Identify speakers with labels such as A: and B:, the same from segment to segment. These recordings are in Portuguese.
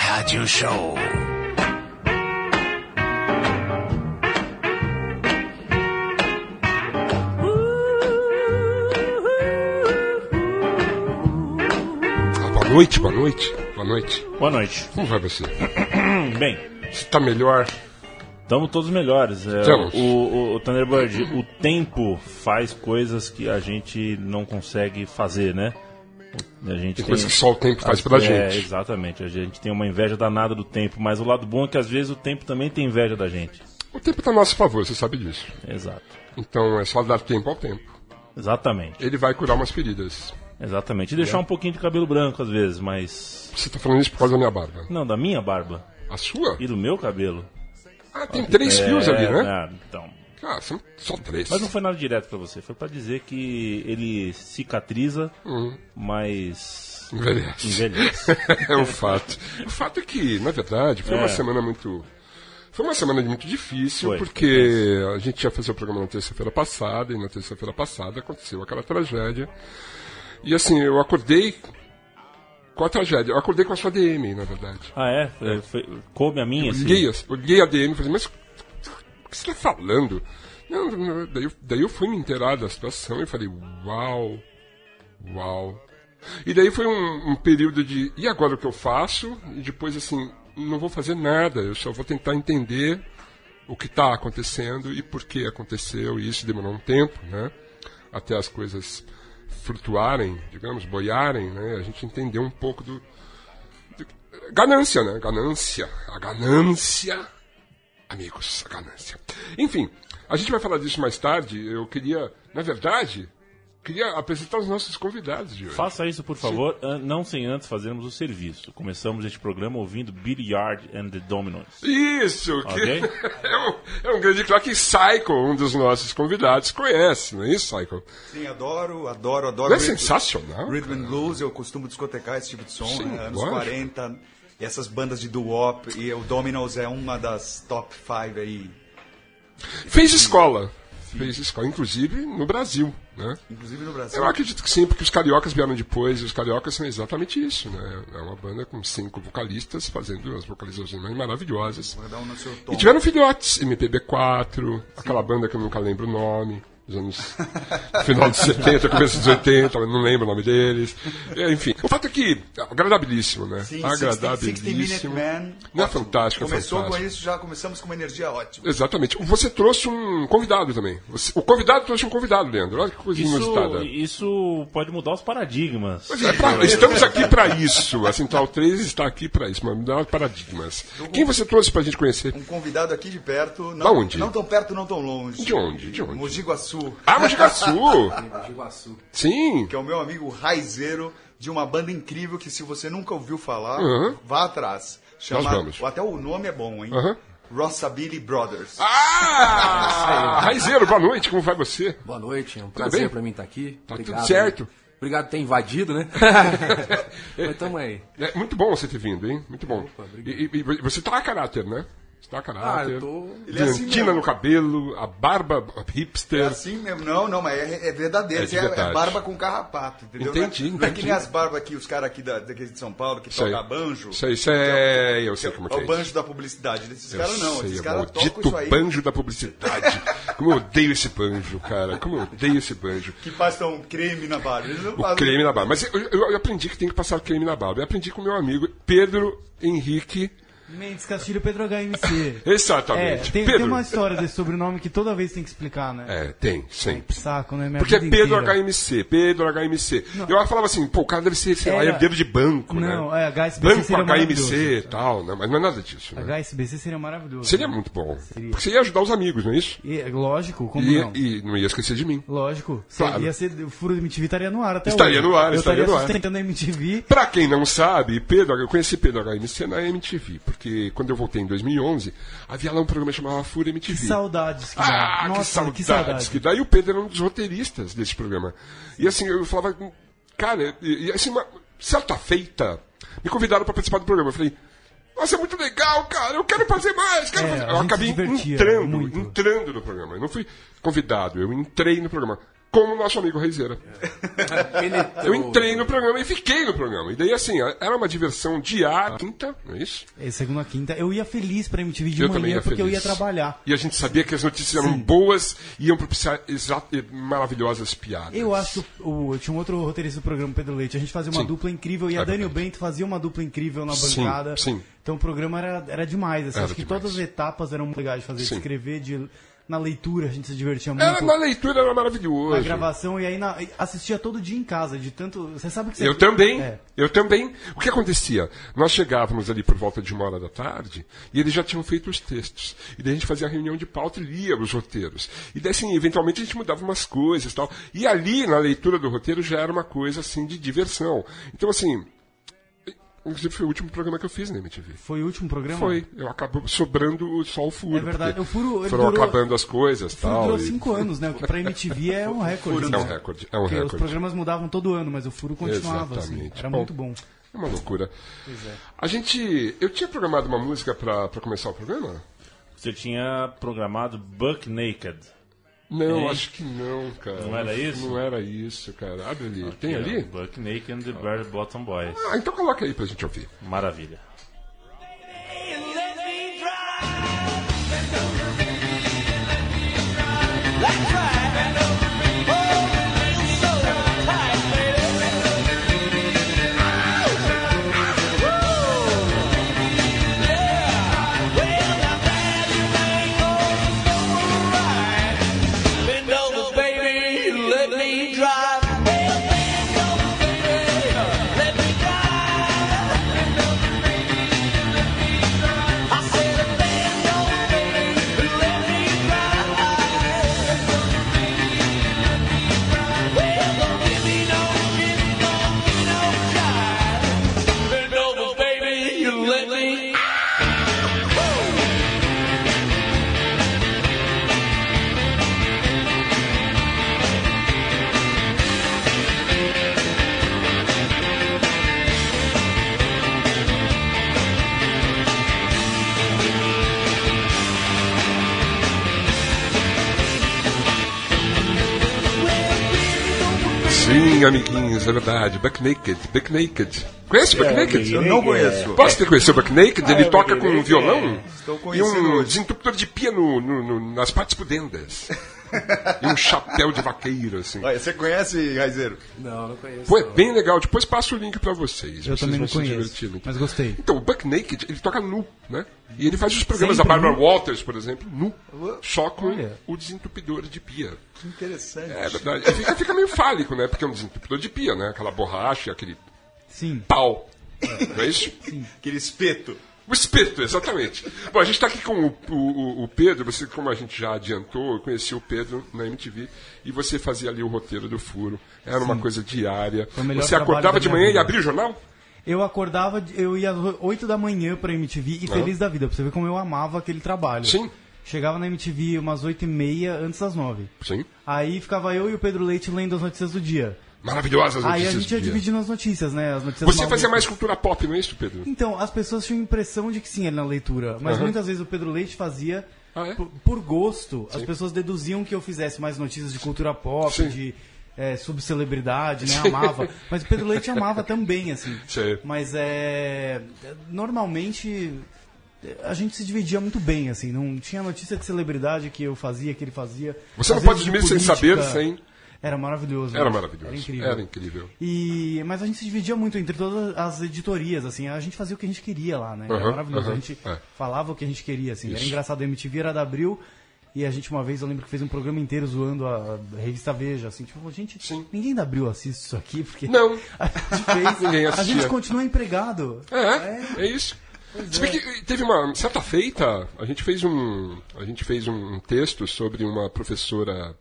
A: Radio Show.
B: Boa noite, boa noite, boa noite.
C: Boa noite. Hum,
B: Como vai você?
C: Bem,
B: Você tá melhor?
C: estamos todos melhores. É,
B: Estamos.
C: o, o, o Thunderbird, o tempo faz coisas que a gente não consegue fazer, né? A gente
B: Tem coisa que só o tempo faz pela
C: é,
B: gente.
C: Exatamente, a gente tem uma inveja danada do tempo, mas o lado bom é que às vezes o tempo também tem inveja da gente.
B: O tempo tá a nosso favor, você sabe disso.
C: Exato.
B: Então é só dar tempo ao tempo.
C: Exatamente,
B: Ele vai curar umas feridas.
C: exatamente. E deixar um pouquinho de cabelo branco às vezes, mas.
B: Você tá falando isso por causa da minha barba.
C: Não, da minha barba
B: A sua?
C: e do meu cabelo.
B: Ah, tem três fios ali, né?
C: Ah, então.
B: Ah, são só três.
C: Mas não foi nada direto pra você, foi pra dizer que ele cicatriza,
B: Uhum.
C: mas
B: Envelhece.
C: envelhece.
B: é um fato. O fato é que, na verdade, foi
C: É.
B: uma semana muito. Foi uma semana muito difícil,
C: Foi,
B: porque a gente ia fazer o programa na terça-feira passada, e na terça-feira passada aconteceu aquela tragédia. E assim, eu acordei com a tragédia, eu acordei com a sua DM, na verdade.
C: Ah, é? Foi, foi- coube a minha, assim?
B: Liguei, as- eu liguei a DM e falei, mas o que você está falando? Não, não, daí, eu- daí eu fui me inteirar da situação e falei, uau, uau. E daí foi um, um período de, e agora o que eu faço? E depois assim, não vou fazer nada, eu só vou tentar entender o que está acontecendo e por que aconteceu, e isso demorou um tempo, né? Até as coisas flutuarem, digamos, boiarem, né? A gente entendeu um pouco do, Ganância, né? Ganância. A ganância. Amigos, a ganância. Enfim, a gente vai falar disso mais tarde. Eu queria, na verdade, queria apresentar os nossos convidados de hoje.
C: Faça isso, por favor, an- não sem antes fazermos o serviço. Começamos este programa ouvindo Billy Yard and the Dominoes.
B: Isso, que
C: Ok.
B: é, um, é um grande craque. Psycho, um dos nossos convidados, conhece, não é isso, Psycho?
D: Sim, adoro, adoro, adoro.
B: Não é
D: Rhythm-
B: sensacional?
D: Rhythm and Blues, eu costumo discotecar esse tipo de som,
B: Sim,
D: né? anos
B: lógico.
D: 40, essas bandas de doo-wop, e o Domino's é uma das top 5 aí.
B: Fez escola. Fez escola, inclusive no Brasil, né?
D: Inclusive no Brasil.
B: Eu acredito que sim, porque os cariocas vieram depois, e os cariocas são exatamente isso, né? É uma banda com cinco vocalistas fazendo as vocalizações maravilhosas.
D: Cada um no seu tom.
B: E tiveram filhotes, MPB4, aquela banda que eu nunca lembro o nome, dos anos. final dos 70, começo dos 80, mas não lembro o nome deles. É, Enfim, o fato é que. é Agradabilíssimo, né?
D: Sim, 60 Minute
B: agradabilíssimo.
D: Man.
B: Não é
D: ótimo.
B: fantástico, é
D: Começou
B: fantástico.
D: com isso, já começamos com uma energia ótima.
B: Exatamente. Você trouxe um convidado também. Você- o convidado trouxe um convidado, Leandro. Olha que coisa
C: Isso,
B: inusitada.
C: isso pode mudar os paradigmas.
B: Mas é pra- estamos aqui para isso. A Central 3 está aqui para isso, mas me dá paradigmas. Quem você trouxe para a gente conhecer?
D: Um convidado aqui de perto. Não,
B: Da onde?
D: Não tão perto, não tão longe.
B: De onde? De onde?
D: Mogi Guaçu.
B: Ah, Mojiguaçu! Sim,
D: que é o meu amigo Raizeiro, de uma banda incrível que se você nunca ouviu falar,
B: Uhum.
D: vá atrás.
B: Nós vamos.
D: Até o nome é bom, hein?
B: Uhum.
D: Rossabilly Brothers.
B: Ah! Raizeiro, boa noite, como vai você?
E: Boa noite, é um
B: bem?
E: prazer pra mim estar aqui.
B: Tá tudo certo?
E: Obrigado por ter invadido, né? Mas tamo aí.
B: É muito bom você ter vindo, hein? Muito bom.
E: obrigado.
B: E, e- e você tá a caráter, né? Você tá a
E: Ah,
B: caráter.
E: eu tô.
D: Ele é assim
B: Brilhantina
D: mesmo.
B: no cabelo, a barba
D: É
B: hipster.
D: assim mesmo, não, não, mas é, é verdadeiro.
B: É de
D: É, é
B: verdade.
D: barba com carrapato, entendeu?
B: Entendi,
D: não é, Não é que
B: entendi.
D: nem as barbas que os caras aqui da, daqui de São Paulo que
B: Isso aí.
D: tocam banjo.
B: Isso aí, isso aí, eu sei como
D: É
B: que é.
D: o banjo da publicidade. Esses caras não,
B: sei,
D: esses
B: é
D: caras tocam
B: maldito
D: isso aí.
B: banjo da publicidade. Como eu odeio esse banjo, cara. Como eu odeio esse banjo.
D: Que passam um creme na barba. Eles não
B: O
D: fazem-
B: creme na barba. Mas eu, eu- eu aprendi que tem que passar creme na barba. Eu aprendi com meu amigo Pedro Henrique.
F: Mendes Castilho Pedro HMC. É,
B: Exatamente.
F: tem, tem
B: Pedro.
F: uma história desse sobrenome que toda vez tem que explicar, né?
B: É, tem, sempre.
F: Saco, né? Minha
B: Porque é
F: vida
B: Pedro
F: inteira.
B: HMC, Pedro HMC. Eu falava assim, pô, o cara deve ser, sei lá,
F: Era-
B: herdeiro de banco,
F: Não,
B: né?
F: é, HSBC seria
B: banco
F: maravilhoso.
B: HMC e tal, né? Mas não é nada disso, né?
F: HSBC seria maravilhoso.
B: Seria muito bom. Porque você ia ajudar os amigos, não é isso?
F: E, lógico, como
B: E
F: não?
B: e não ia esquecer de mim.
F: Lógico.
B: Claro.
F: Ia ser, o furo da MTV estaria no ar até
B: Estaria
F: hoje.
B: no ar,
F: Eu
B: estaria
F: estaria
B: no ar.
F: sustentando a MTV.
B: Pra quem não sabe, Pedro, eu conheci Pedro HMC na MTV, porque quando eu voltei em 2011, havia lá um programa chamado Fura
F: Que
B: MTV.
F: saudades que dá.
B: Ah,
F: Nossa,
B: que saudades que,
F: saudade.
B: dá. E o Pedro era um dos roteiristas desse programa. E assim, eu falava, cara, e, e, assim, uma certa feita, me convidaram pra participar do programa. Eu falei, nossa, é muito legal, cara, eu quero fazer mais, quero
F: É,
B: fazer.
F: a
B: Eu
F: gente
B: acabei
F: se divertia
B: entrando,
F: muito.
B: entrando no programa. Eu não fui convidado, eu entrei no programa. como o nosso amigo Reiseira.
E: é
B: Eu entrei no programa e fiquei no programa. E daí, assim, era uma diversão diária, quinta, não é isso?
F: É, segunda, quinta. Eu ia feliz pra MTV de
B: eu também
F: manhã
B: ia
F: porque eu ia
B: feliz.
F: trabalhar.
B: E a gente sabia que as notícias eram boas e iam propiciar exa- e maravilhosas piadas.
F: Eu acho que o, tinha um outro roteirista do programa, Pedro Leite. A gente fazia uma
B: Sim.
F: dupla incrível e
B: É
F: a Daniel
B: verdade.
F: Bento fazia uma dupla incrível na
B: Sim,
F: bancada.
B: sim.
F: Então o programa era, era demais. assim,
B: Era
F: acho que
B: demais.
F: todas as etapas eram legais de fazer, de
B: Sim.
F: escrever, de, na leitura a gente se divertia muito.
B: Era, na leitura era maravilhoso.
F: na gravação e aí na- assistia todo dia em casa, de tanto. Você sabe que você.
B: Eu também,
F: É.
B: eu também. O que acontecia? Nós chegávamos ali por volta de uma hora da tarde e eles já tinham feito os textos. E daí a gente fazia a reunião de pauta e lia os roteiros. E daí, assim, eventualmente a gente mudava umas coisas e tal. E ali, na leitura do roteiro, já era uma coisa, assim, de diversão. Então, assim, inclusive foi o último programa que eu fiz na MTV.
F: Foi o último programa?
B: Foi, eu acabou sobrando só o furo.
F: Tá É verdade,
B: porque
F: o furo, ele
B: Foram
F: durou-
B: acabando as coisas
F: O furo
B: tal.
F: durou
B: Ah, e-
F: cinco anos, né? O que pra MTV é um recorde.
B: É
F: né?
B: um recorde, é um
F: Porque os
B: recorde.
F: programas mudavam todo ano, mas o furo continuava, assim.
B: Exatamente.
F: Era
B: Bom,
F: muito bom.
B: É uma loucura.
C: é.
B: A gente. Eu tinha programado uma música pra, pra começar o programa?
C: Você tinha programado Buck Naked.
B: Não,
C: Hein?
B: acho que não, cara.
C: Não era isso?
B: Não era isso, cara. Abre ali. Tem
C: Que é
B: ali?
C: Buck Naked and the Bare Bottom Boys.
B: Ah, então coloca aí pra gente ouvir.
C: Maravilha.
A: Bend over, baby, let me drive. Bend over, baby, you Let me.
B: Sim, amiguinhos, é verdade. Back Naked, Back Naked. Conhece
C: É,
B: Back Naked?
D: Eu não conheço.
B: Posso ter conhecido o Buck Naked? Ele
C: eu
B: toca
C: me
B: com um
C: lembrei. é.
B: violão
D: Estou
B: e
D: conhecendo
B: um
D: hoje.
B: desentupidor de pia no, no- no- nas partes pudendas. e um chapéu de vaqueiro, assim.
D: Olha, você conhece, Raizeiro?
E: Não, não conheço.
B: Pô, é bem legal. Depois passo o link pra vocês.
F: Eu
B: vocês
F: também
B: vão
F: não
B: se divertir
F: conheço,
B: muito.
F: mas gostei.
B: Então, o Buck Naked, ele toca nu, né? E ele faz os programas
F: Sempre
B: da Barbara
F: nu?
B: Walters, por exemplo, nu. Só com
F: Olha.
B: o desentupidor de pia.
D: Que interessante.
B: É verdade. É, Fica, fica meio fálico, né? Porque é um desentupidor de pia, né? Aquela borracha, aquele
F: Sim.
B: pau. Não é isso?
D: Aquele espeto.
B: O espeto, exatamente. Bom, a gente está aqui com o, o- o Pedro, você, como a gente já adiantou, eu conheci o Pedro na MTV e você fazia ali o roteiro do furo. Era uma coisa diária.
F: o melhor
B: Você
F: trabalho
B: acordava
F: da
B: de
F: minha
B: manhã e
F: vida.
B: abria o jornal?
F: Eu acordava, eu ia às 8 da manhã pra MTV e feliz da vida, pra você ver como eu amava aquele trabalho.
B: Sim.
F: Chegava na MTV umas 8 e meia antes das 9.
B: Sim.
F: Aí ficava eu e o Pedro Leite lendo as notícias do dia.
B: Maravilhosas
F: Aí Ah, a
B: notícias.
F: gente ia
B: do dia.
F: dividindo as notícias, né? As notícias
B: Você
F: mal
B: fazia
F: do-
B: mais cultura pop, não é isso, Pedro?
F: Então, as pessoas tinham a impressão de que sim, era na leitura. Mas
B: Aham.
F: muitas vezes o Pedro Leite fazia
B: Ah, é?
F: por, por gosto. As pessoas deduziam que eu fizesse mais notícias de cultura pop,
B: Sim.
F: de é, subcelebridade, né? Amava. Mas o Pedro Leite amava também, assim.
B: Sim.
F: Mas é. Normalmente. A gente se dividia muito bem, assim. Não tinha notícia de celebridade que eu fazia, que ele fazia.
B: Você não
F: Às
B: pode
F: vezes de
B: dormir sem
F: política.
B: saber, sem-
F: Era maravilhoso.
B: Era
F: né?
B: maravilhoso.
F: Era incrível.
B: Era incrível.
F: E, mas a gente se dividia muito entre todas as editorias, assim, a gente fazia o que a gente queria lá, né? Era
B: Aham,
F: maravilhoso.
B: aham,
F: a gente
B: é.
F: falava o que a gente queria, assim. Era
B: Isso.
F: engraçado, a MTV era da Abril, e a gente uma vez, eu lembro que fez um programa inteiro zoando a revista Veja, assim, tipo, gente,
B: Sim.
F: ninguém da Abril assiste isso aqui, porque
B: Não.
F: a gente fez,
B: Ninguém
F: a
B: assistia.
F: gente continua empregado.
B: É, é, isso. Se
F: é.
B: bem que teve uma certa feita, a gente fez um, a gente fez um texto sobre uma professora,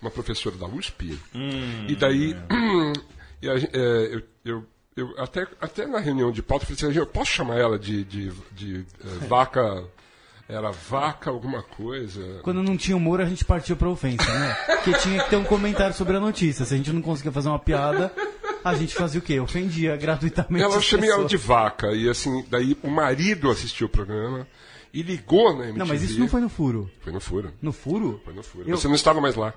B: uma professora da USP.
F: Hum,
B: e daí e a gen- é, eu, eu, eu até até na reunião de pauta eu falei assim, "Gente, eu posso chamar ela de de, de, eh, vaca era vaca alguma coisa.
F: Quando não tinha humor, a gente partia pra ofensa, né? Porque tinha que ter um comentário sobre a notícia. Se a gente não conseguia fazer uma piada, a gente fazia o quê? Ofendia gratuitamente.
B: Ela
F: as
B: chamei ela
F: pessoas.
B: de vaca e assim, daí o marido assistiu o programa e ligou na MTV.
F: Não, mas isso não foi no furo.
B: foi no furo.
F: No furo?
B: Foi no furo.
F: Eu-
B: Você não estava mais lá.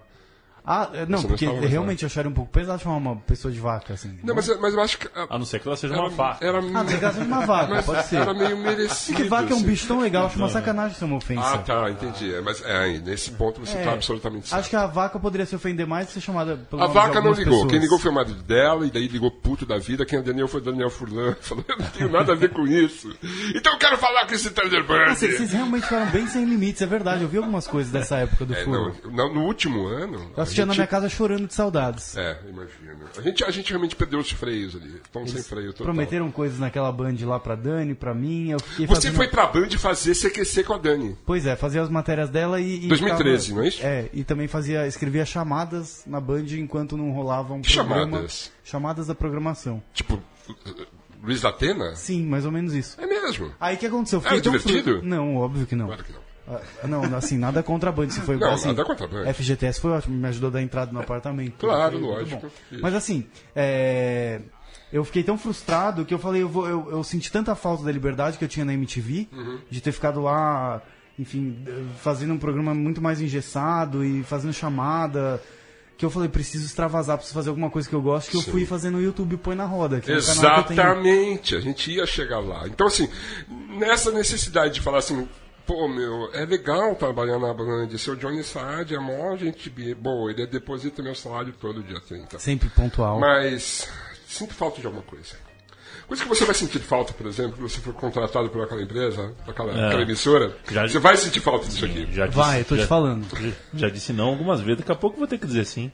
F: Ah, é, não,
B: Essa
F: porque
B: não estava mais
F: realmente eu acharia um pouco pesado chamar uma pessoa de vaca, assim.
B: Não, mas, mas eu acho que. ah,
C: A não ser que ela seja
B: era,
C: uma faca.
B: Era,
F: Ah, tem graça de uma vaca,
B: mas é
F: pode ser.
B: era meio
F: Porque
B: merecido.
F: vaca é um
B: assim.
F: bicho tão legal, acho uma sacanagem ser uma ofensa.
B: Ah, tá, entendi. É, Mas é, nesse ponto você
F: É.
B: tá absolutamente certo.
F: Acho que a vaca poderia se ofender mais se ser chamada pelo
B: A
F: nome de
B: vaca não
F: algumas
B: ligou. Quem
F: pessoas.
B: ligou foi o marido dela, e daí ligou puto da vida. Quem é o Daniel foi o Daniel Furlan. Falou, eu não tenho nada a ver com isso. Então eu quero falar com esse Thunderbird.
F: Nossa, vocês realmente foram bem sem limites, é verdade. Eu vi algumas coisas dessa época do
B: É,
F: furo.
B: não, não, no último ano. a
F: Eu assistia na
B: gente-
F: Tá minha casa chorando de saudades.
B: É, imagino. A gente, a gente realmente perdeu os freios ali. Estão sem freio total.
F: Prometeram coisas naquela band lá pra Dani, pra mim. Eu fiquei
B: Você
F: fazendo-
B: foi pra Band fazer CQC com a Dani.
F: Pois é, fazia as matérias dela e. e
B: 2013,
F: ficava-
B: não é isso?
F: É, e também fazia, escrevia chamadas na Band enquanto não rolava um
B: Que
F: programa.
B: chamadas?
F: Chamadas da programação.
B: Tipo, eh, Luiz da Atena?
F: Sim, mais ou menos isso.
B: É mesmo.
F: Aí o que aconteceu?
B: Era
F: tão
B: divertido?
F: fru- Não, óbvio que não.
B: Claro que não.
F: Ah, Não, assim, nada contra a Band. Se foi,
B: Não,
F: assim,
B: nada contra a Band.
F: FGTS foi ótimo, me ajudou a dar entrada no apartamento.
B: Claro,
F: Foi muito
B: lógico.
F: bom.
B: Isso.
F: Mas assim, é, eu fiquei tão frustrado que eu falei, eu, vou- eu- eu senti tanta falta da liberdade que eu tinha na MTV,
B: Uhum.
F: de ter ficado lá, enfim, fazendo um programa muito mais engessado e fazendo chamada. Que eu falei, preciso extravasar, preciso fazer alguma coisa que eu gosto, que eu fui fazendo o YouTube Põe na Roda. Que é um canal que eu tenho-
B: Exatamente, a gente ia chegar lá. Então, assim, nessa necessidade de falar assim, pô, meu, é legal trabalhar na Band, seu Johnny Saad é a maior gente bi- boa, ele deposita meu salário todo dia 30.
F: Sempre pontual.
B: Mas sinto falta de alguma coisa. Coisa que você vai sentir falta, por exemplo, se for contratado por aquela empresa, por aquela,
C: É.
B: aquela emissora,
C: Já-
B: você vai sentir falta disso aqui.
C: Já disse-
F: Vai, eu tô
C: já-
B: é,
F: te falando.
C: Já disse não algumas vezes, daqui a pouco eu vou ter que dizer sim.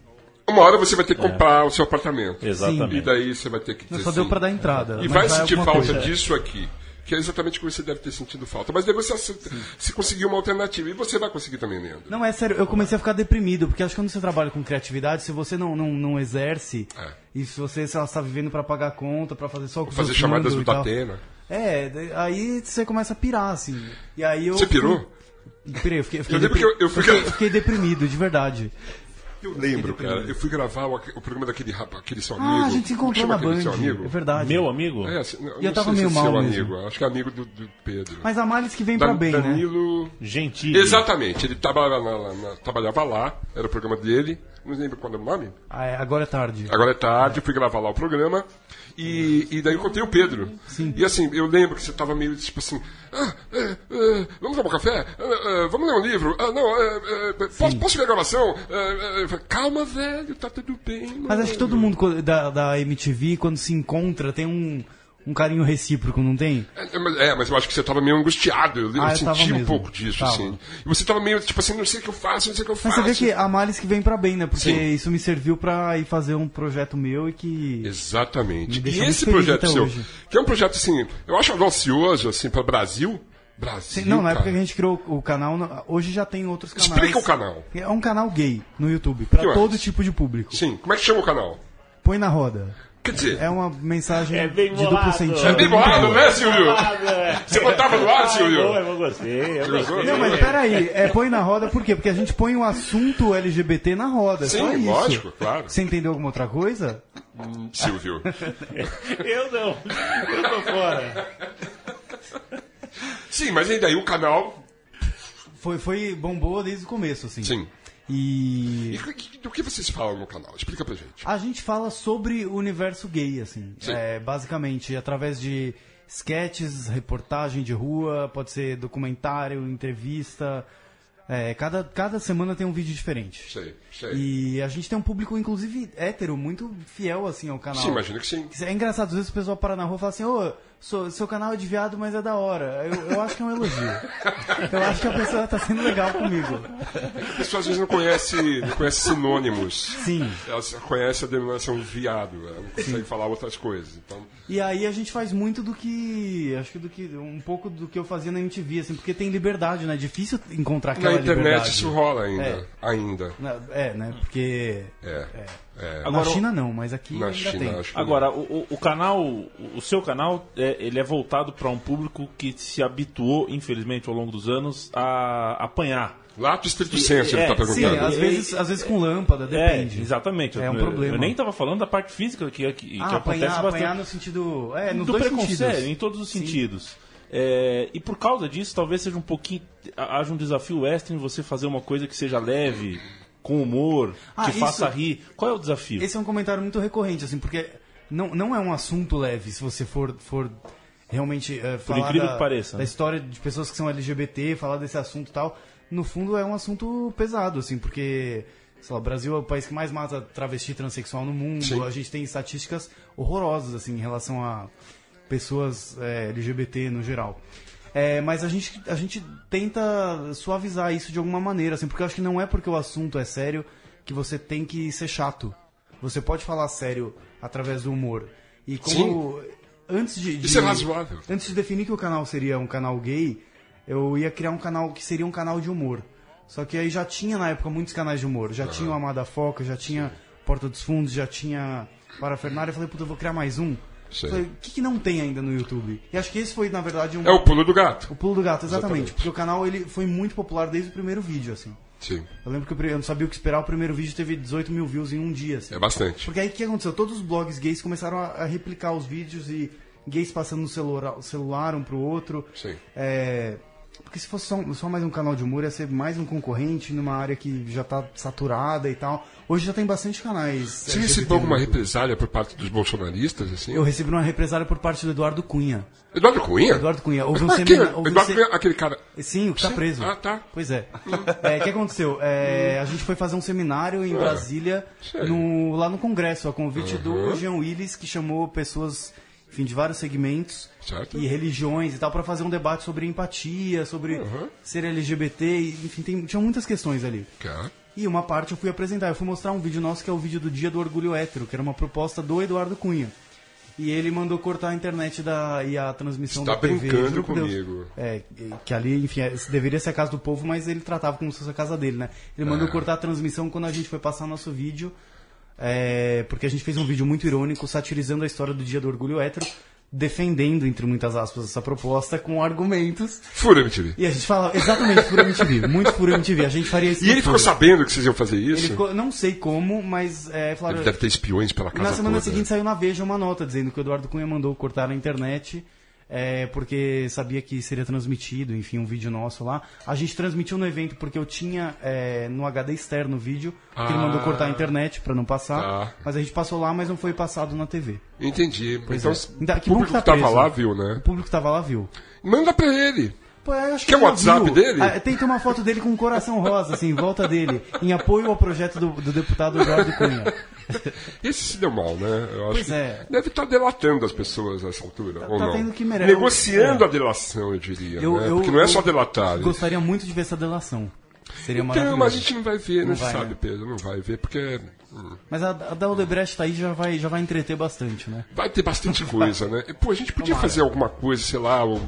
B: Uma hora você vai ter que comprar o seu apartamento. E
C: Exatamente.
B: daí você vai ter que
F: É. Não,
B: dizer
F: só deu
B: sim.
F: pra dar entrada.
B: assim. E
F: mas
B: vai sentir
F: alguma
B: falta
F: coisa.
B: disso aqui. Que é exatamente o que você deve ter sentido falta. Mas daí você aceita- se conseguir uma alternativa. E você vai conseguir também, Leandro.
F: Não, é sério, eu comecei a ficar deprimido, porque acho que quando você trabalha com criatividade, se você não, não, não exerce,
B: É.
F: e se você sei lá, está vivendo pra pagar conta, pra fazer só o que
B: Fazer
F: você
B: chamadas
F: manda
B: do
F: e tal.
B: Datena.
F: É, de- aí você começa a pirar, assim. E aí eu.
B: Você pirou?
F: Pirei, eu fiquei,
B: Eu
F: eu fiquei,
B: lembro
F: depri-
B: que eu- eu fui-
F: fiquei- fiquei deprimido, de verdade.
B: Eu lembro, cara. Eu fui gravar o, o programa daquele rapaz, aquele seu amigo.
F: É. Ah, a gente se
B: Como
F: encontrou
B: chama
F: na
B: aquele
F: Band.
B: Seu amigo?
F: É verdade.
C: Meu amigo?
B: É, assim, não,
F: E eu
B: não
F: tava
B: sei
F: meio
B: se é
F: mal
B: seu
F: mesmo.
B: amigo. Acho que é amigo do, do Pedro.
F: Mas a Males que vem
B: Dan-
F: pra bem, né?
B: Danilo.
C: Gentil.
B: Exatamente. Ele trabalhava, na- na- trabalhava lá. Era o programa dele. Não lembro qual era o nome.
F: Ah, é, agora é tarde.
B: Agora é tarde, eu fui gravar lá o programa. E, e daí eu contei o Pedro. E assim, eu lembro que você tava meio tipo assim: ah, é, é, vamos tomar um café? Ah, ah, vamos ler um livro? Ah, não, é, é, posso, posso ver a gravação? Ah, é, eu falei, Calma, velho, tá tudo bem.
F: Mas acho que todo mundo co- da, da MTV, quando se encontra, tem um, um carinho recíproco, não tem?
B: É, mas- é, mas eu acho que você tava meio angustiado. Eu, eu
F: Ah, eu tava
B: senti um
F: mesmo.
B: pouco disso,
F: Tava.
B: assim. E você tava meio tipo assim: não sei o que eu faço, não sei o que eu
F: Mas
B: faço.
F: você vê que a males que vem pra bem, né? Porque
B: Sim.
F: isso me serviu pra ir fazer um projeto meu e que.
B: Exatamente.
F: Me
B: E
F: deixa muito
B: esse
F: feliz
B: projeto
F: até
B: seu,
F: hoje.
B: que é um projeto assim, eu acho audacioso, assim, para Brasil. Brasil.
F: Sim, não, na
B: cara.
F: época que a gente criou o canal, na- hoje já tem outros canais.
B: Explica o canal.
F: É um canal gay no YouTube,
B: Que
F: pra
B: horas?
F: todo tipo de público.
B: Sim, como é que chama o canal?
F: Põe na roda.
B: Quer dizer, é,
F: É um uma mensagem
C: É
F: de
C: bem
F: duplo
C: bolado.
F: sentido.
C: É
B: bem
F: muito
B: bolado,
F: boa.
B: né, Silvio? Você botava no ar, Silvio?
C: Ah, Eu, eu gostei, eu
B: Gostou?
C: gostei.
F: Não, Ah, é. mas peraí, é põe na roda por quê? Porque a gente põe o assunto LGBT na roda, é só
B: Sim,
F: isso.
B: lógico, claro.
F: Você entendeu alguma outra coisa?
B: Silvio.
C: Eu não. Eu tô fora.
B: Sim, mas e daí o canal,
F: Foi, foi bombou desde o começo, assim.
B: sim.
F: E
B: E do que- do que vocês falam no canal? Explica pra gente.
F: A gente fala sobre o universo gay, assim.
B: Sim.
F: É, basicamente, através de sketches, reportagem de rua, pode ser documentário, entrevista. É, cada, cada semana tem um vídeo diferente.
B: Sei, sei.
F: E a gente tem um público, inclusive, hétero, muito fiel, assim, ao canal.
B: Sim, imagino que sim.
F: É engraçado, às vezes o pessoal para na rua e fala assim, ô, seu, seu canal é de viado, mas é da hora. Eu, eu acho que é um elogio. eu acho que a pessoa tá sendo legal comigo.
B: As pessoas às vezes não conhecem não conhece sinônimos.
F: Sim.
B: Elas só conhecem a denominação viado, ela não consegue falar outras coisas. Então,
F: E aí a gente faz muito do que. Acho que do que. Um pouco do que eu fazia na MTV, assim, porque tem liberdade, né? É difícil encontrar aquela
B: na internet
F: liberdade.
B: isso rola ainda.
F: É.
B: Ainda.
F: Na- É, né? Porque.
B: É. é.
F: na
C: Agora,
F: China não, mas aqui
B: Na
F: ainda tem.
B: China, acho que
C: Agora, o, o- o canal, o seu canal, é, ele é voltado para um público que se habituou, infelizmente, ao longo dos anos, a apanhar.
B: Lato estrito senso, ele
C: É,
B: tá
F: Sim,
B: perguntando.
F: às
C: E-
F: vezes, às vezes com lâmpada, depende.
C: É, exatamente.
F: É
C: Eu-
F: um
C: eu-
F: problema.
C: Eu nem tava falando da parte física que, é que, que
F: Ah,
C: acontece
F: apanhar,
C: bastante.
F: apanhar no sentido. É, nos
C: do
F: dois
C: preconceito,
F: sentidos.
C: em todos os sentidos. É, e por causa disso, talvez seja um pouquinho. haja um desafio extra em você fazer uma coisa que seja leve, com humor,
F: Ah,
C: que
F: isso-
C: faça rir. Qual é o desafio?
F: Esse é um comentário muito recorrente, assim, porque não, não é um assunto leve se você for, for realmente eh, falar
C: incrível
F: da,
C: que pareça,
F: da
C: né?
F: história de pessoas que são LGBT, falar desse assunto e tal. No fundo é um assunto pesado, assim, porque, sei lá, o Brasil é o país que mais mata travesti transexual no mundo.
B: Sim.
F: A gente tem estatísticas horrorosas, assim, em relação a pessoas eh, LGBT no geral. É, mas a gente, a gente tenta suavizar isso de alguma maneira, assim, porque eu acho que não é porque o assunto é sério que você tem que ser chato. Você pode falar sério através do humor. E como. Antes de, de-
B: Isso é razoável.
F: Antes de definir que o canal seria um canal gay, eu ia criar um canal que seria um canal de humor. Só que aí já tinha na época muitos canais de humor. Já tinha o Amada Foca, já tinha Porta dos Fundos, já tinha Parafernália. Eu falei, puta, eu vou criar mais um.
B: Sim.
F: Falei, o que, que não tem ainda no YouTube? E acho que esse foi, na verdade, um.
B: É o pulo do gato.
F: O pulo do gato, exatamente.
B: Exatamente.
F: Porque o canal ele foi muito popular desde o primeiro vídeo, assim.
B: Sim,
F: Eu lembro que eu pre- eu não sabia o que esperar, o primeiro vídeo teve 18 mil views em um dia, assim.
B: é bastante.
F: Porque aí o que aconteceu? Todos os blogs gays começaram a, a replicar os vídeos e gays passando no celular, celular um pro outro.
B: Sim.
F: É, porque se fosse só, um- só mais um canal de humor, ia ser mais um concorrente numa área que já tá saturada e tal. Hoje já tem bastante canais.
B: Você
F: LGBT
B: recebeu
F: no
B: alguma
F: YouTube.
B: represália por parte dos bolsonaristas, assim?
F: Eu recebi uma represália por parte do Eduardo Cunha.
B: Eduardo Cunha?
F: Eduardo Cunha, houve um
B: Ah, aquele-
F: seminário. houve um
B: Eduardo
F: se-
B: Cunha, aquele cara.
F: Sim, o que tá
B: Sim.
F: preso.
B: Ah, tá.
F: Pois é. É, O que aconteceu? É, a gente foi fazer um seminário em Brasília,
B: Ah. sei.
F: no- lá no Congresso, a convite do Jean Willis, que chamou pessoas enfim, de vários segmentos
B: Certo.
F: e religiões e tal, para fazer um debate sobre empatia, sobre ser LGBT, e, enfim, tem, tinha muitas questões ali.
B: Cara,
F: E uma parte eu fui apresentar, eu fui mostrar um vídeo nosso que é o vídeo do Dia do Orgulho Hétero, que era uma proposta do Eduardo Cunha. E ele mandou cortar a internet da, e a transmissão
B: Está
F: da TV.
B: brincando
F: juro por Deus.
B: comigo.
F: É, que ali, enfim, é, deveria ser a casa do povo, mas ele tratava como se fosse a casa dele, né? Ele
B: É.
F: mandou cortar a transmissão quando a gente foi passar nosso vídeo, é, porque a gente fez um vídeo muito irônico, satirizando a história do Dia do Orgulho Hétero, defendendo, entre muitas aspas, essa proposta com argumentos.
B: fura MTV.
F: E a gente fala exatamente fura MTV, muito fura MTV. A gente faria isso.
B: E ele
F: na
B: ficou
F: Fura.
B: sabendo que vocês iam fazer
F: Ele
B: isso?
F: ficou- não sei como, mas é, falaram.
B: Ele deve ter espiões pela
F: E
B: casa
F: na semana
B: toda. né?
F: seguinte saiu na Veja uma nota dizendo que o Eduardo Cunha mandou cortar na internet. é, porque sabia que seria transmitido, enfim, um vídeo nosso lá. A gente transmitiu no evento porque eu tinha é, no HD externo o vídeo, que ele
B: Ah.
F: mandou cortar a internet pra não passar.
B: Tá.
F: Mas a gente passou lá, mas não foi passado na TV.
B: Entendi. então,
F: é. Ainda-
B: o
F: que bom
B: público
F: que
B: que,
F: tá
B: tava
F: preso.
B: lá viu,
F: O
B: né?
F: público que tava lá viu.
B: Manda pra ele.
F: Pô, eu acho
B: Quer
F: ele
B: o
F: já
B: WhatsApp
F: viu.
B: dele?
F: Ah, tem, tem uma foto dele com um coração rosa, assim, em volta dele, em apoio ao projeto do, do deputado Eduardo Cunha.
B: Esse se deu mal, né? Eu acho
F: Pois
B: que
F: é.
B: Deve estar delatando as pessoas nessa altura, ou
F: tá
B: não?
F: vendo que merece.
B: Negociando
F: É.
B: a delação, eu diria.
F: Eu-
B: né?
F: eu-
B: Porque não é só
F: eu
B: delatar. né?
F: Gostaria muito de ver essa delação. Seria
B: Então,
F: maravilhoso.
B: mas a gente não vai ver, né?
F: Não
B: Você
F: vai,
B: sabe,
F: né?
B: Pedro, não vai ver, porque hum,
F: Mas a, a da Odebrecht tá aí já vai, já vai entreter bastante, né?
B: vai ter bastante coisa, né? E, Pô, a gente podia fazer alguma coisa, sei lá, o,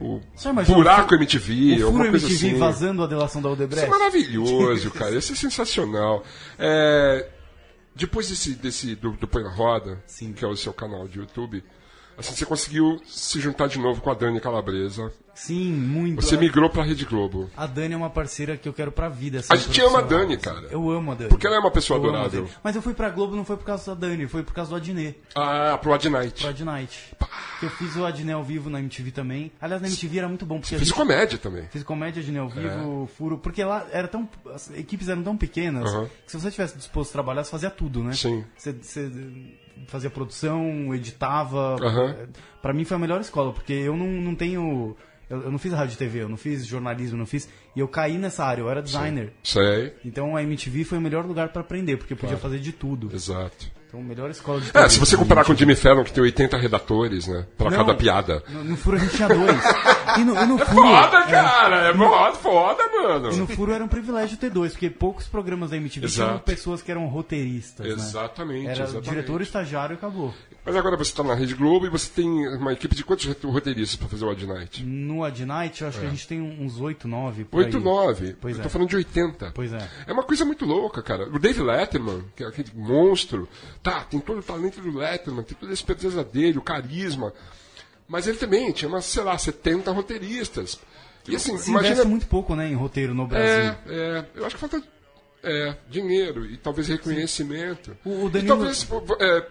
B: o
F: Só imagina
B: buraco
F: o
B: MTV,
F: o Furo
B: alguma coisa
F: MTV
B: assim.
F: vazando a delação da
B: Isso é
F: Odebrecht.
B: maravilhoso, cara. Isso é sensacional. É, depois desse, desse do, do Põe na Roda,
F: Sim.
B: que é o seu canal de YouTube, assim, você conseguiu se juntar de novo com a Dani Calabresa.
F: Sim, muito.
B: Você migrou pra Rede Globo.
F: A Dani é uma parceira que eu quero pra vida. assim,
B: A gente ama a
F: profissional,
B: Dani,
F: assim.
B: cara.
F: Eu amo a Dani.
B: Porque ela é uma pessoa
F: Eu amo a
B: adorável.
F: Dani. Mas eu fui pra Globo não foi por causa da Dani, foi por causa do Adnet,
B: Ah, pro Ad
F: do
B: Night.
F: Adnight. Que eu fiz o Adnet ao vivo na MTV também. Aliás, na MTV era muito bom, porque a
B: Fiz
F: gente
B: comédia também.
F: Fiz comédia de ao vivo,
B: É.
F: furo, porque lá era tão. As equipes eram tão pequenas
B: Aham.
F: que se você tivesse disposto a trabalhar, você fazia tudo, né?
B: Sim.
F: Você, você fazia produção, editava. eh,
B: Aham.
F: Pra mim foi a melhor escola, porque eu não, não tenho. Eu, eu não fiz rádio e TV, eu não fiz jornalismo, eu não fiz. E eu caí nessa área, eu era designer.
B: Sei,
F: Então a MTV foi o melhor lugar pra aprender, porque eu podia fazer de tudo.
B: exato.
F: Então, melhor escola de
B: É,
F: TV,
B: se você
F: assim,
B: comparar com o Jimmy Fallon, que tem 80 redatores, né? Pra
F: Não.
B: cada piada.
F: No, no furo a gente tinha dois. E no, e no furo.
B: Foda, cara! É foda, foda, mano!
F: E no Furo era um privilégio ter dois, porque poucos programas da MTV tinham
B: Exato.
F: pessoas que eram roteiristas,
B: Exatamente,
F: né? Era
B: exatamente.
F: diretor, estagiário e acabou.
B: Mas agora você tá na Rede Globo e você tem uma equipe de quantos rote- roteiristas pra fazer o Ad Night?
F: No Ad Night, eu acho que
B: É.
F: a gente tem um, uns oito, nove. por aí.
B: 8, 9.
F: Pois
B: Eu
F: é.
B: tô falando de 80.
F: Pois é.
B: É uma coisa muito louca, cara. O Dave Letterman, que é aquele monstro, tá, tem todo o talento do Letterman, tem toda a esperteza dele, o carisma. Mas ele também tinha, umas, sei lá, 70 roteiristas. E assim,
F: Se
B: imagina.
F: investe muito pouco, né, em roteiro no
B: É,
F: Brasil.
B: é, eu acho que falta é, dinheiro e talvez reconhecimento.
F: O- o
B: E
F: Danilo-
B: talvez é,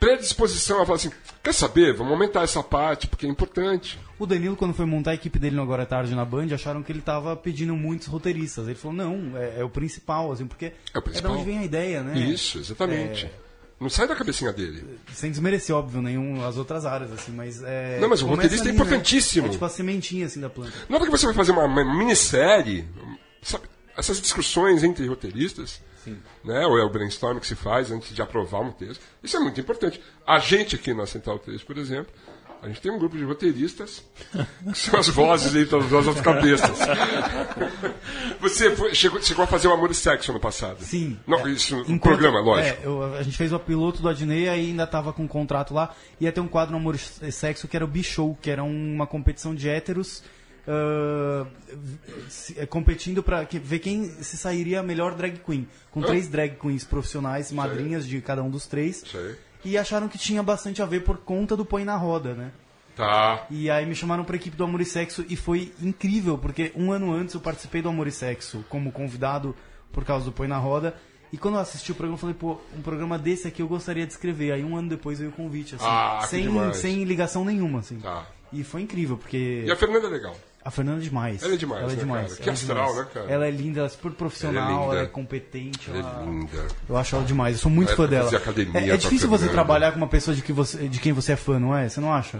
B: predisposição a falar assim: quer saber? Vamos aumentar essa parte, porque é importante.
F: O Danilo, quando foi montar a equipe dele no Agora é Tarde na Band, acharam que ele tava pedindo muitos roteiristas. Ele falou, não, é, é o principal, assim, porque
B: É o principal.
F: da onde vem a ideia, né?
B: Isso, exatamente.
F: É.
B: Não sai da cabecinha dele.
F: Sem desmerecer, óbvio, nenhum as outras áreas, assim, mas é.
B: Não, mas o
F: começa
B: roteirista é
F: ali,
B: importantíssimo.
F: Né? É tipo a sementinha, assim, da planta.
B: Na hora que você vai fazer uma, uma minissérie, sabe, essas discussões entre roteiristas, né, ou é o brainstorm que se faz antes de aprovar um texto, isso é muito importante. A gente aqui na Central 3, por exemplo, a gente tem um grupo de roteiristas que são as vozes entre as nossas cabeças. Você foi- chegou, chegou a fazer o Amor e Sexo no passado.
F: Sim.
B: Não,
F: é.
B: isso no
F: Enquanto-
B: programa, lógico.
F: É, eu- a gente fez o piloto do Adnei aí ainda tava com um contrato lá. Ia ter um quadro no Amor e Sexo que era o B-Show, que era uma competição de héteros. ah, se- eh, competindo pra que- ver quem se sairia a melhor drag queen. Com três drag queens profissionais, madrinhas de cada um dos três.
B: Sei.
F: E acharam que tinha bastante a ver por conta do Põe na Roda, né?
B: Tá.
F: E aí me chamaram pra equipe do Amor e Sexo e foi incrível, porque um ano antes eu participei do Amor e Sexo como convidado por causa do Põe na Roda. E quando eu assisti o programa, eu falei, pô, um programa desse aqui eu gostaria de escrever. Aí um ano depois veio o convite, assim,
B: Ah, que
F: sem,
B: demais.
F: sem ligação nenhuma, assim.
B: Tá.
F: E foi incrível, porque
B: E a Fernanda é legal.
F: a Fernanda é demais.
B: Ela é demais, né, cara? Que
F: ela é
B: astral,
F: demais.
B: né, cara?
F: Ela é linda, ela é super profissional,
B: Ela é
F: ela é,
B: linda.
F: competente.
B: Ela
F: ela-
B: é linda.
F: Eu acho ela demais, eu sou muito
B: Na
F: fã
B: época eu
F: dela.
B: fazia academia
F: É- é
B: com a
F: difícil você
B: Fernanda.
F: trabalhar com uma pessoa de, que você, de quem você é fã, não é? Você não acha?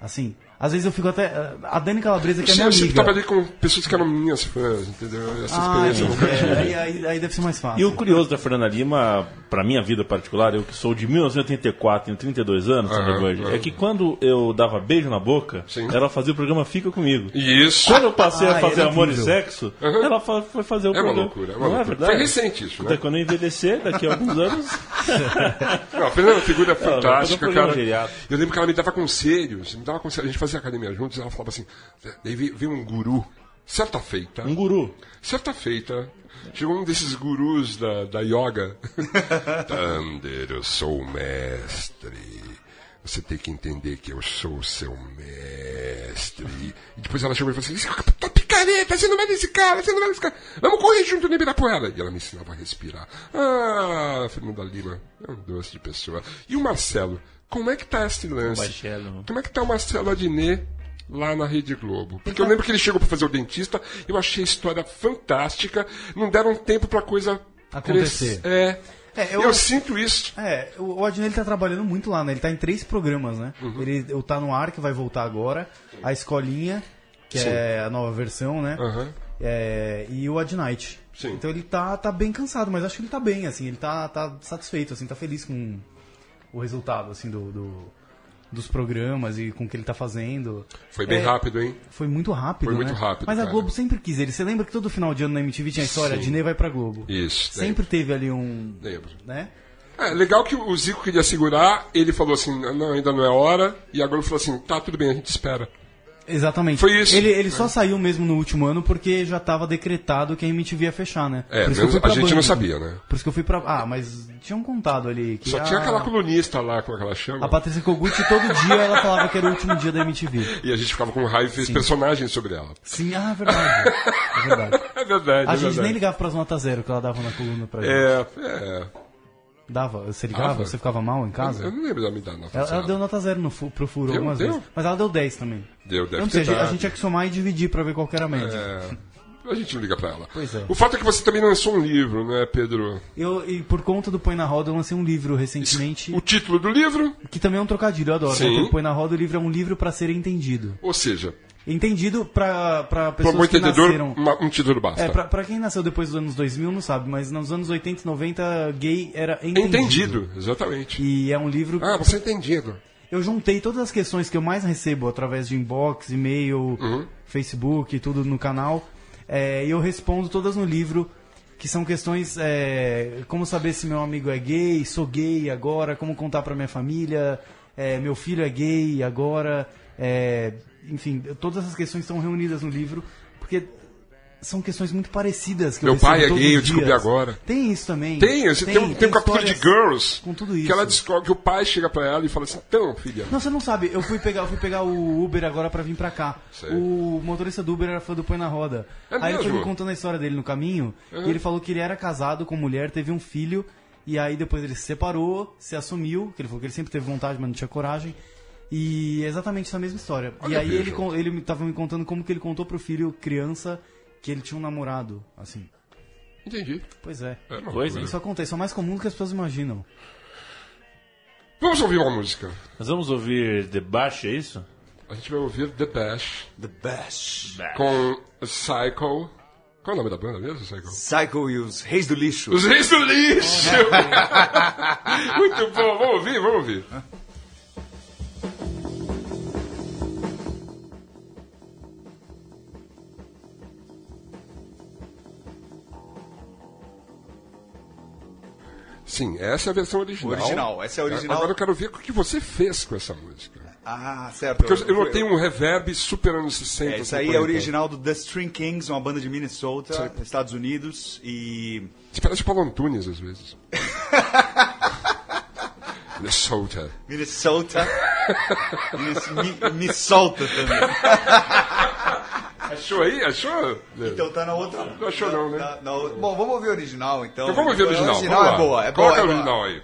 F: Assim, às vezes eu fico até. A Dani Calabresa, que é
B: Sim,
F: minha
B: eu sempre
F: amiga.
B: trabalhei com pessoas que eram minhas fãs, entendeu? Essa
F: Ah,
B: experiência eu nunca tive.
F: é, aí, aí- aí deve ser mais fácil.
C: E o curioso da Fernanda Lima, pra minha vida particular, eu que sou de 1984, tenho 32 anos, Sandra
B: Aham,
C: Bird,
B: aham.
C: é que quando eu dava beijo na boca,
B: Sim.
C: ela fazia o programa Fica Comigo.
B: Isso.
C: Quando eu passei a
F: Ah,
C: fazer
F: era
C: amor e
F: incrível.
C: sexo,
B: Aham.
C: ela fa- foi fazer o
B: É uma
C: programa.
B: loucura, é uma
C: Não
B: loucura.
C: é verdade?
B: Foi recente isso, né?
C: Até quando eu envelhecer, daqui a alguns anos,
B: Não, a Fernanda é uma figura
C: mas é
B: fantástica,
C: um
B: cara.
C: programa geriátrico.
B: Eu lembro que ela me dava conselhos, me dava conselhos. A gente fazia academia juntos, ela falava assim, daí veio veio um guru, certa feita,
C: um guru.
B: certa feita, chegou um desses gurus da, da yoga. Thunder, eu sou o mestre. Você tem que entender que eu sou o seu mestre. E depois ela chegou e falou assim: Isso é uma picareta, você não é desse cara, você não é desse cara. Vamos correr junto no Ibirapuera. E ela me ensinava a respirar. Ah, Fernanda Lima, é um doce de pessoa. E o Marcelo, como é que tá esse lance?
C: Marcelo.
B: Como é que tá o Marcelo Adnet lá na Rede Globo? Porque eu lembro que ele chegou pra fazer o dentista, eu achei a história fantástica, não deram tempo pra coisa
F: Acontecer.
B: cres- É.
F: É,
B: eu...
F: eu-
B: sinto isso.
F: É, o o Adnet ele tá trabalhando muito lá, né? Ele tá em três programas, né?
B: Uhum.
F: Ele eu tá no ar, que vai voltar agora. A Escolinha, que
B: Sim.
F: é a nova versão, né?
B: Aham.
F: É, e o Adnight.
B: Sim.
F: Então ele tá, tá bem cansado, mas acho que ele tá bem, assim. Ele tá, tá satisfeito, assim, tá feliz com o resultado, assim, do, do- dos programas e com o que ele tá fazendo.
B: Foi bem
F: É,
B: rápido, hein?
F: Foi muito rápido,
B: Foi muito
F: né?
B: rápido,
F: Mas a
B: cara.
F: Globo sempre quis ele. Você lembra que todo final de ano na MTV tinha a história,
B: Sim.
F: Adnet vai pra Globo.
B: Isso. é.
F: Sempre teve ali um...
B: Lembro. lembro.
F: Né?
B: É, legal que o Zico queria segurar, ele falou assim, não, ainda não é hora, e agora ele falou assim, tá, tudo bem, a gente espera.
F: Exatamente.
B: Foi isso.
F: Ele, ele só saiu mesmo no último ano porque já tava decretado que a MTV ia fechar, né?
B: É,
F: Por isso que eu
B: menos-
F: fui
B: a
F: pra
B: gente
F: Band.
B: não sabia, né?
F: Por isso que eu fui pra... Ah, mas tinham contado ali que
B: Só
F: a-
B: tinha aquela colunista lá, como é que ela chama?
F: A Patrícia Kogut, todo dia ela falava que era o último dia da MTV.
B: E a gente ficava com raiva e fez personagens sobre ela.
F: Sim, ah, é verdade. É verdade.
B: É verdade,
F: A
B: é
F: gente
B: verdade.
F: nem ligava pras notas zero que ela dava na coluna pra gente.
B: É, é.
F: Dava, você ligava?
B: Dava.
F: Você ficava mal em casa?
B: Eu não lembro da minha nota.
F: Tá, Ela, ela
B: zero.
F: deu nota zero no fu- pro furo
B: Deu,
F: algumas
B: deu?
F: vezes. Mas ela deu 10 também.
B: Deu, deve
F: Eu não sei, a
B: ter
F: gente, a
B: dado.
F: gente tinha que somar e dividir pra ver qual que era a média.
B: É, a gente não liga pra ela.
F: Pois é.
B: O fato é que você também lançou um livro, né, Pedro?
F: Eu, e por conta do Põe na Roda, eu lancei um livro recentemente,
B: O título do livro,
F: que também é um trocadilho, eu adoro.
B: Sim.
F: Porque o Põe na Roda, o livro é um livro pra ser entendido.
B: ou seja,
F: Entendido pra, pra
B: para
F: pessoas
B: um
F: que
B: entendedor,
F: nasceram...
B: uma- um título basta.
F: É, pra, pra quem nasceu depois dos anos 2000 não sabe, mas nos anos 80 e 90, gay era entendido.
B: Entendido, exatamente.
F: E é um livro...
B: Ah, você é entendido.
F: Eu juntei todas as questões que eu mais recebo através de inbox, e-mail,
B: Uhum.
F: Facebook, tudo no canal. é, e eu respondo todas no livro, que são questões é, como saber se meu amigo é gay, sou gay agora, como contar pra minha família, é, meu filho é gay agora. é, enfim, todas essas questões estão reunidas no livro, porque são questões muito parecidas que eu
B: Meu pai
F: recebo
B: é
F: todos
B: gay, eu
F: os dias.
B: descobri agora.
F: Tem isso também.
B: Tem, você tem, um, tem um capítulo de
F: histórias
B: Girls
F: com tudo isso.
B: que ela descobre que o pai chega pra ela e fala assim: então, filha,
F: Não, você não sabe. Eu fui pegar, eu fui pegar o Uber agora pra vir pra cá.
B: Sei.
F: O motorista do Uber era fã do Põe na Roda.
B: É
F: Aí ele foi
B: mesmo?
F: me contando a história dele no caminho. E ele falou que ele era casado com mulher, teve um filho. E aí depois ele se separou, se assumiu, que ele falou que ele sempre teve vontade, mas não tinha coragem. E é exatamente essa mesma história. e
B: Olha,
F: aí ele,
B: veja.
F: con- ele me- tava me contando como que ele contou pro filho, criança, que ele tinha um namorado, assim.
B: Entendi.
F: Pois é.
B: É uma
C: Coisa.
B: loucura.
F: Isso acontece, é o mais comum do que as pessoas imaginam.
B: Vamos ouvir uma música.
C: Nós vamos ouvir The Bash, é isso?
B: A gente vai ouvir The Bash
D: The Bash.
B: com Psycho. Qual é o nome da banda mesmo, Psycho?
D: Psycho e os Reis do Lixo.
B: Os Reis do Lixo! Muito bom, vamos ouvir, vamos ouvir. Sim, essa é a versão original.
D: Original, essa é a original.
B: Agora eu quero ver o que você fez com essa música.
D: Ah, certo.
B: Porque eu, eu notei um reverb super anos 60.
D: É, isso aí é
B: 50.
D: original do The String Kings, uma banda de Minnesota, Estados Unidos. E
B: Você parece Paulo Antunes às vezes. Minnesota.
D: Minnesota. me, me solta também.
B: Achou aí? Achou?
D: Então tá na outra. Não
B: achou não, né?
D: bom, vamos ouvir o original então.
B: Então vamos ver o original.
D: O original
B: vamos
D: é
B: lá.
D: boa, é boa.
B: Coloca
D: é
B: o
D: boa.
B: original aí.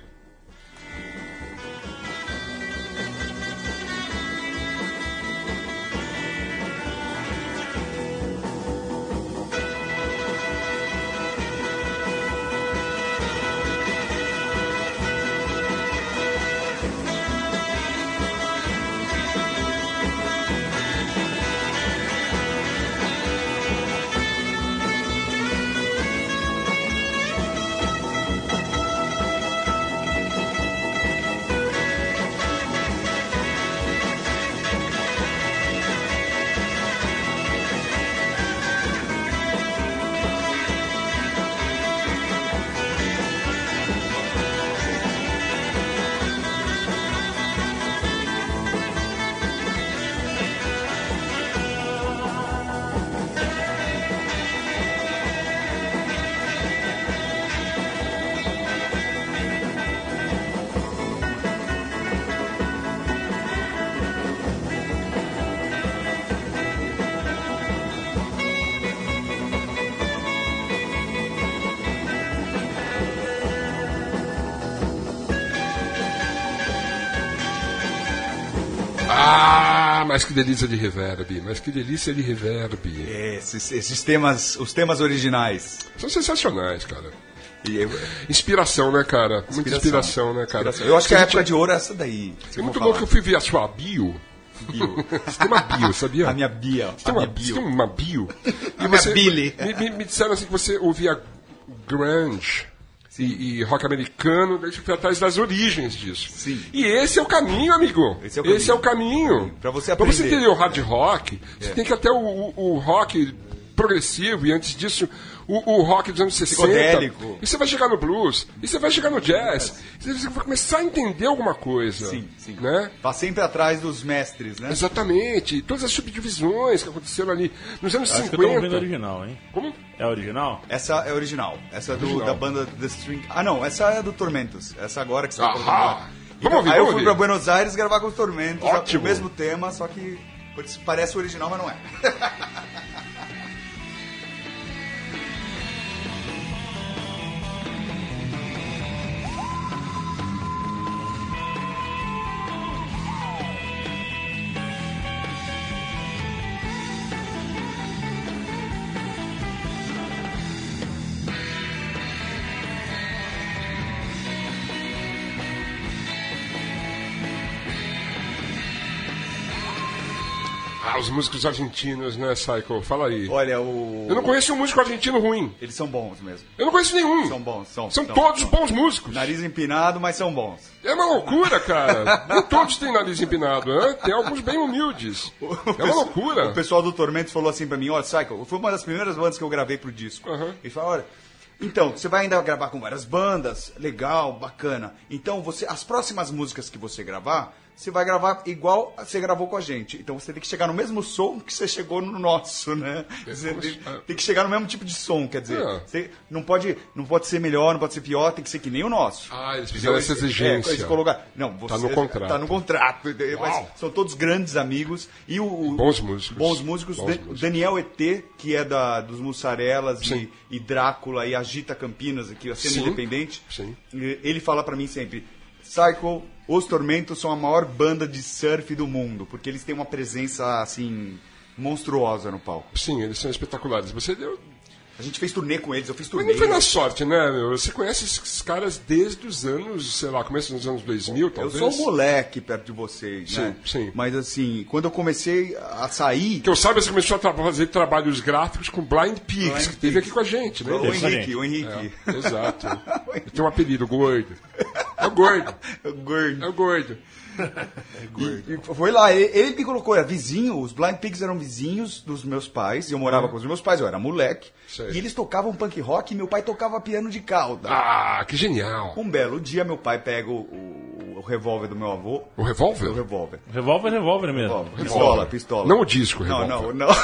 B: Ah, mas que delícia de reverb. Mas que delícia de reverb.
D: Esses, esses temas, os temas originais.
B: São sensacionais, cara.
D: E eu-
B: Inspiração, né, cara? Muita inspiração, né, cara?
D: Inspiração. Eu acho que a
B: Você
D: época de ouro é essa daí.
B: tinha- Muito louco que eu fui ver a sua bio. Você tem uma bio, sabia?
D: A minha Bia.
B: Você
D: A
B: tem uma
D: minha
B: bio.
D: bio.
B: Você tem uma bio. E
D: minha Billy.
B: Me, me- me disseram assim que você ouvia grunge e, e rock americano, daí você foi atrás das origens disso.
D: Sim.
B: E esse é o caminho, amigo.
D: Esse é o caminho.
B: é o caminho.
D: Pra você
B: Pra você
D: aprender. É.
B: entender o hard rock, você tem que até o, o- o rock progressivo e antes disso o, o rock dos anos 60.
D: Psicodélico. É.
B: E você vai chegar no blues, e você vai chegar no jazz, e você vai começar a entender alguma coisa.
D: Sim, sim.
B: Né?
D: Tá sempre atrás dos mestres, né?
B: Exatamente. Todas as subdivisões que aconteceram ali nos anos
C: Acho que eu tô ouvindo
B: 50.
C: a original, hein?
B: Como?
C: É a original?
D: Essa é original. Essa é do,
B: Original.
D: da banda The String. Ah, não, essa é do Tormentos. Essa agora que você tá
B: Ahá.
D: agora.
B: Vamos
D: Então,
B: ouvir,
D: Aí eu
B: vamos
D: fui
B: ouvir.
D: pra Buenos Aires gravar com os Tormentos.
B: Ótimo.
D: O mesmo tema, só que putz, parece o original, mas não é.
B: Ah, os músicos argentinos, né, Psycho? Fala aí.
D: Olha, o.
B: Eu não conheço um músico argentino ruim.
D: Eles são bons mesmo.
B: Eu não conheço nenhum.
D: São bons, são.
B: São todos bons músicos.
D: Nariz empinado, mas são bons.
B: É uma loucura, cara. Nem todos têm nariz empinado, hã? Tem alguns bem humildes. É uma loucura.
D: O pessoal do Tormentos falou assim pra mim, ó, Cycle, foi uma das primeiras bandas que eu gravei pro disco.
B: Aham.
D: Ele falou, olha, então, você vai ainda gravar com várias bandas, legal, bacana. Então, você, as próximas músicas que você gravar, você vai gravar igual você gravou com a gente. Então, você tem que chegar no mesmo som que você chegou no nosso, né? Você
B: como se-
D: tem, tem que chegar no mesmo tipo de som, quer dizer,
B: É.
D: você não pode, não pode ser melhor, não pode ser pior, tem que ser que nem o nosso.
B: Ah, eles fizeram essa exigência.
D: É, eles colocaram, não, você
B: no contrato.
D: Tá no contrato. entendeu? Mas
B: Uau.
D: são todos grandes amigos e o, o-
B: Bons músicos.
D: Bons músicos.
B: Bons
D: Dan-
B: músicos.
D: Daniel ET, que é da, dos Mussarelas e, e Drácula e a agita Campinas aqui, a cena
B: Sim.
D: independente.
B: Sim.
D: E Ele fala pra mim sempre: Psycho, os Tormentos são a maior banda de surf do mundo, porque eles têm uma presença assim monstruosa no palco.
B: Sim, eles são espetaculares. Você deu.
D: A gente fez turnê com eles, eu fiz
B: Mas
D: turnê.
B: não foi na sorte, né, meu? Você conhece esses caras desde os anos, sei lá, começo dos anos 2000,
D: Eu
B: talvez?
D: sou um moleque perto de vocês, né?
B: Sim, sim.
D: Mas assim, quando eu comecei a sair,
B: Que eu saiba, você começou a tra- fazer trabalhos gráficos com Blind Pigs,
D: Blind
B: que teve aqui com a gente, né?
D: o
C: Excelente.
D: Henrique, o Henrique.
B: É, exato. Ele tem um apelido, Gordo. É o Gordo.
D: Gordo.
B: É o Gordo.
D: E, e foi lá, ele, ele me colocou, era vizinho, os Blind Pigs eram vizinhos dos meus pais, e eu morava com os meus pais, eu era moleque,
B: Uhum. Sei.
D: e eles tocavam punk rock e meu pai tocava piano de cauda.
B: Ah, que genial.
D: Um belo dia, meu pai pega o, o- o revólver do meu avô,
B: O
D: o
B: revólver?
D: revólver,
C: Revólver, revólver mesmo.
D: Ó, pistola, pistola.
B: Não o disco, o
D: Não,
B: revólver.
D: não, não.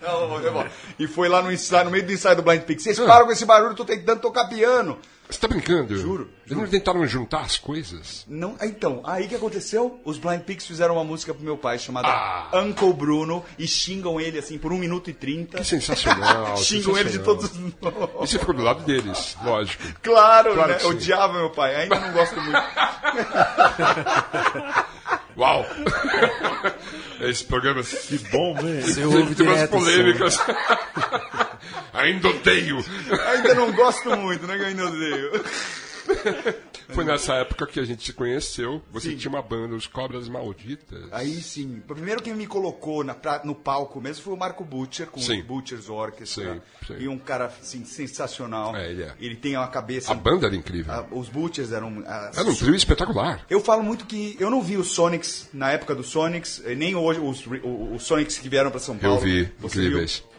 D: Não, o revólver. E foi lá no ensaio, no meio do ensaio do Blind Pig.
B: Ah.
D: Vocês param com esse barulho, eu tô tentando tocar piano.
B: Você tá brincando?
D: Juro,
B: Eles não tentaram juntar as coisas?
D: Não, então, aí o que aconteceu? Os Blind Pigs fizeram uma música pro meu pai chamada
B: Ah.
D: Uncle Bruno e xingam ele assim por 1 minuto e 30.
B: Que É sensacional.
D: xingam
B: sensacional.
D: ele de todos os nomes.
B: E você ficou do lado deles, lógico.
D: Claro,
B: Claro
D: né?
B: que sim.
D: Odiava meu pai, ainda não gosto muito.
B: Uau! Esse programa se
C: Bom, velho.
E: Você ouve
B: tem umas
E: direto o som.
B: polêmicas. Ainda odeio.
D: Ainda não gosto muito, né? Que eu ainda odeio.
B: Foi nessa época que a gente se conheceu. Você
D: Sim.
B: tinha uma banda, os Cobras Malditas.
D: Aí sim, o primeiro que me colocou na pra- no palco mesmo foi o Marco Butcher, com
B: Sim.
D: o Butcher's Orchestra.
B: Sim, sim.
D: E um cara assim, sensacional.
B: É, ele é.
D: tem uma cabeça.
B: A banda era incrível.
D: Ah, os Butchers eram. ah,
B: Era um trio espetacular.
D: Eu falo muito que eu não vi os Sonics na época do Sonics, eh, nem hoje os, re- o- os Sonics que vieram pra São Paulo.
B: Eu vi,
D: Você
B: incríveis.
D: viu?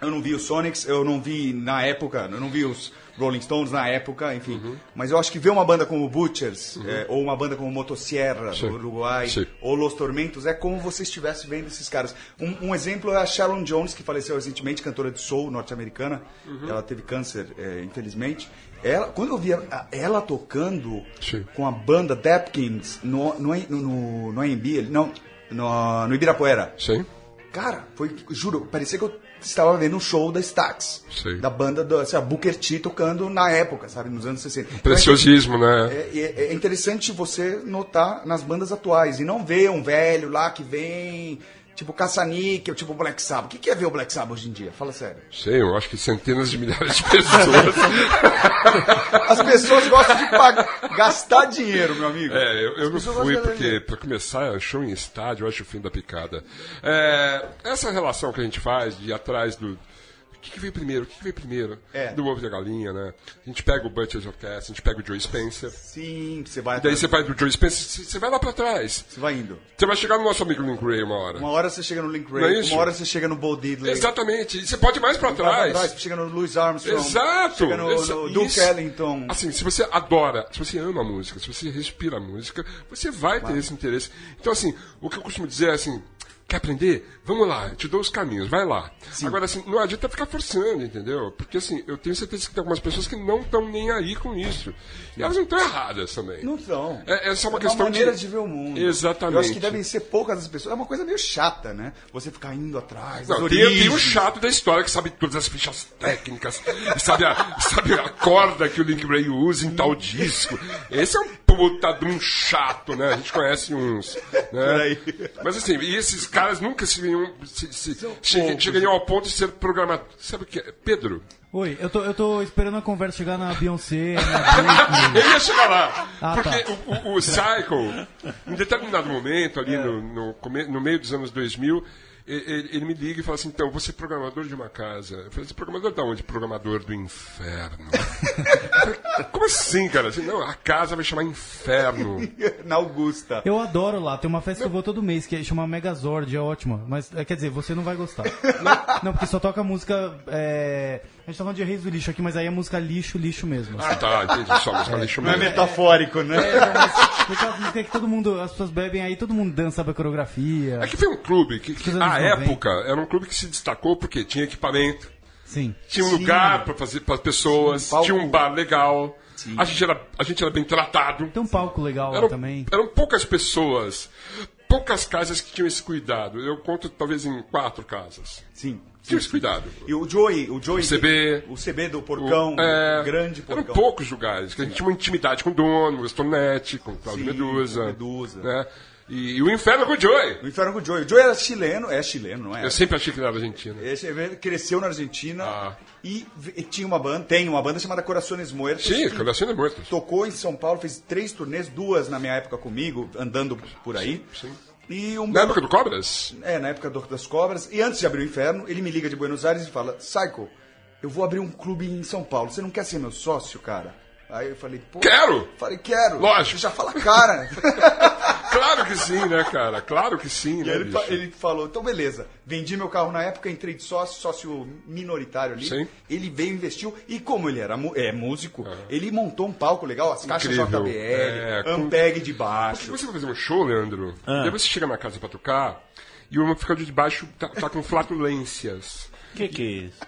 D: Eu não vi os Sonics, eu não vi na época, eu não vi os Rolling Stones na época, enfim.
B: Uhum.
D: Mas eu acho que ver uma banda como Butchers, eh, ou uma banda como Motosierra
B: Sim.
D: do Uruguai,
B: Sim.
D: ou Los Tormentos, é como você estivesse vendo esses caras. Um, um exemplo é a Sharon Jones, que faleceu recentemente, cantora de soul norte-americana.
B: Uhum.
D: Ela teve câncer, eh, infelizmente. Ela, quando eu vi ela, ela tocando
B: Sim.
D: com a banda Dapkins no, no, no, no AMB, ele- não, no, no Ibirapuera.
B: Sim.
D: Cara, foi, juro, parecia que eu estava vendo um show da Stax.
B: Sei.
D: Da banda, da, sei lá, Booker T tocando na época, sabe, nos anos 60.
B: Preciosismo, né?
D: É, é- é interessante você notar nas bandas atuais e não ver um velho lá que vem, tipo caça-níquel, tipo Black Sabbath. O que que é ver o Black Sabbath hoje em dia? Fala sério.
B: Sei, eu acho que centenas de milhares de pessoas.
D: As pessoas gostam de pagar, gastar dinheiro, meu amigo.
B: É, eu, eu não
D: As pessoas
B: fui
D: gostam de-
B: porque, pra começar, é show em estádio, eu acho o fim da picada. É, essa relação que a gente faz de ir atrás do. O que, que veio primeiro? O que, que veio primeiro?
D: É.
B: Do ovo e da galinha, né? A gente pega o Butcher's Orchestra, a gente pega o Joe Spencer.
D: Sim, você vai.
B: Daí você vai do Joe Spencer, você você vai lá pra trás.
D: Você vai indo.
B: Você vai chegar no nosso amigo Link Ray uma hora.
D: Uma hora você chega no Link
B: Não é
D: Ray,
B: isso?
D: uma hora você chega no Bo Diddley.
B: Exatamente. E você pode ir mais pra
D: Vai pra
B: trás.
D: trás, Chega no Louis Armstrong.
B: Exato!
D: Chega no,
B: Exa-
D: no Duke
B: isso.
D: Ellington.
B: Assim, se você adora, se você ama a música, se você respira a música, você vai ter esse interesse. Então, assim, o que eu costumo dizer é assim. Quer aprender? Vamos lá, eu te dou os caminhos, vai lá. Agora, assim, não adianta ficar forçando, entendeu? Porque, assim, eu tenho certeza que tem algumas pessoas que não estão nem aí com isso. E elas não estão erradas também.
D: Não são.
B: É, é só uma questão de-
D: maneira de... ver o mundo.
B: Exatamente.
D: Eu acho que devem ser poucas as pessoas. É uma coisa meio chata, né? Você ficar indo atrás.
B: Não,
D: das
B: tem, um tem o
D: origens.
B: chato da história que sabe todas as fichas técnicas, e sabe a, sabe a corda que o Link Ray usa em tal disco. Esse é um puta de um chato, né? A gente conhece uns. Né?
D: Peraí.
B: Mas assim, e esses caras nunca se ganham, se, se, che- chegariam ao ponto de ser programado. Sabe o que é? Pedro,
F: Oi, eu tô, eu tô esperando a conversa chegar na Beyoncé, na Britney.
B: Eu ia chegar lá.
F: Ah,
B: porque
F: tá.
B: o, o, o Cycle, em determinado momento, ali no, no, come- no meio dos anos 2000, e- ele, ele me liga e fala assim: então, você é programador de uma casa. Eu falei assim: programador da onde? Programador do inferno. Eu falei, Como assim, cara? Assim, não, a casa vai chamar inferno.
D: Na
B: É.
D: Augusta.
F: Eu adoro lá, tem uma festa que eu vou todo mês, que é chama Megazord, é ótima. Mas, é, quer dizer, você não vai gostar. não, porque só toca música. é, A gente tá falando de Reis do Lixo aqui, mas aí é música lixo, lixo mesmo.
B: Ah, tá, entendi. Só música lixo
D: Não é
B: mesmo.
D: metafórico, né?
B: É,
F: Porque a música que todo mundo, as pessoas bebem aí, todo mundo dança sabe a coreografia.
B: É que foi um clube que, que
F: Dos anos
B: à
F: 90.
B: época, era um clube que se destacou porque tinha equipamento,
F: Sim.
B: tinha um lugar para fazer para pessoas,
D: Sim, palco.
B: tinha um bar legal, a gente era a gente era bem tratado.
F: Tem um palco legal lá
B: Eram,
F: também.
B: eram poucas pessoas, poucas casas que tinham esse cuidado. Eu conto talvez em quatro casas.
D: Sim.
B: Tinha esse cuidado.
D: E o Joey, o Joey.
B: O CB.
D: O CB do porcão,
B: É,
D: o grande porcão.
B: Eram poucos lugares, que a gente tinha uma intimidade com o dono, com o Stonete, com o Claudio
D: Sim,
B: Medusa.
D: com Medusa.
B: Né? E, e o Inferno com o Joey.
D: O inferno com o Joey. O Joey era chileno, é chileno, não é?
B: Eu sempre achei que ele era argentino.
D: Esse Ele cresceu na Argentina
B: Ah.
D: e v- e tinha uma banda, tem uma banda chamada Corações Muertos.
B: Sim,
D: que
B: Coração de Mortos.
D: Tocou em São Paulo, fez três turnês, duas na minha época comigo, andando por aí.
B: sim.
D: E um
B: Na época do Cobras?
D: É, na época do- das cobras. E antes de abrir o inferno, ele me liga de Buenos Aires e fala: Psycho, eu vou abrir um clube em São Paulo. Você não quer ser meu sócio, cara? Aí eu falei, pô.
B: Quero!
D: Falei, quero!
B: Lógico.
D: Já fala cara! né?"
B: Claro que sim, né, cara? Claro que sim,
D: E
B: né,
D: aí ele, fa-
B: bicho?
D: ele falou, então beleza, vendi meu carro na época, entrei de sócio, sócio minoritário ali.
B: Sim. Ah.
D: Ele veio, investiu, e como ele era mu- é, músico, ele montou um palco legal, as caixas
B: Incrível.
D: JBL,
B: É, com-
D: Ampeg de
B: Se
D: baixo.
B: você vai fazer um show, Leandro,
D: Ah.
B: e daí você chega na casa pra tocar e o amplificador de baixo tá, tá com flatulências.
C: Que que é isso?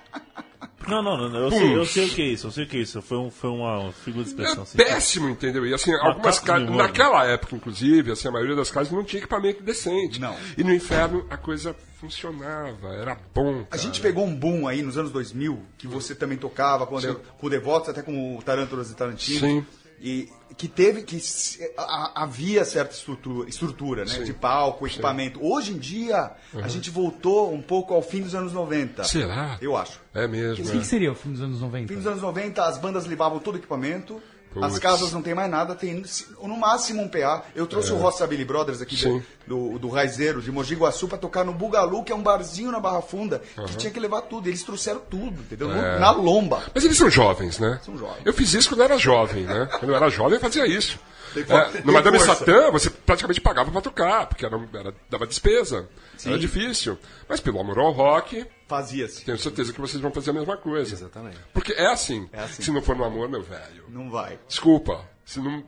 C: Não, não, não, não, eu sei, eu sei o que é isso, eu sei o que é isso. Foi, um, foi uma figura de
B: Era
C: expressão. assim.
B: É péssimo, entendeu? E assim, algumas
C: de
D: Hum,
B: casas.
C: ouro.
B: Naquela época, inclusive, assim, a maioria das casas não tinha equipamento decente.
D: Não.
B: E no inferno a coisa funcionava, era bom.
D: A
B: cara.
D: gente pegou um boom aí nos anos 2000, que você também tocava com, o De, com o Devotos, até com o Tarântulas e Tarantino.
B: Sim.
D: E que teve que. se- a- a- havia certa estrutura, estrutura né? De palco, equipamento. Hoje em dia, a gente voltou um pouco ao fim dos anos 90.
B: Uhum. Será?
D: Eu acho.
B: É mesmo.
F: O que,
B: É.
F: que seria o fim dos anos
D: Fim
F: 90?
D: dos anos 90, as bandas levavam todo o equipamento.
B: Putz.
D: As casas não tem mais nada, tem se- no máximo um PA. Eu trouxe o Roça Billy Brothers aqui de-
B: É. Sim.
D: do, do Raizeiro, de Mogi Guaçu, pra tocar no Bugalu, que é um barzinho na Barra Funda, que tinha que levar tudo. Eles trouxeram tudo, entendeu? No-
B: É.
D: Na lomba.
B: Mas eles são jovens, né?
D: São jovens.
B: Eu fiz isso quando eu era jovem, né? Quando eu era jovem, eu fazia isso.
D: Tem
B: É,
D: força.
B: no Madame
D: Tem força.
B: Satã, você praticamente pagava pra tocar, porque era, um, era- dava despesa. Era difícil. Mas pelo amor ao rock,
D: Fazia-se.
B: tenho certeza que vocês vão fazer a mesma coisa. Exatamente. Porque é assim. Se não for no amor, meu velho.
D: Não vai.
B: Desculpa. Se não.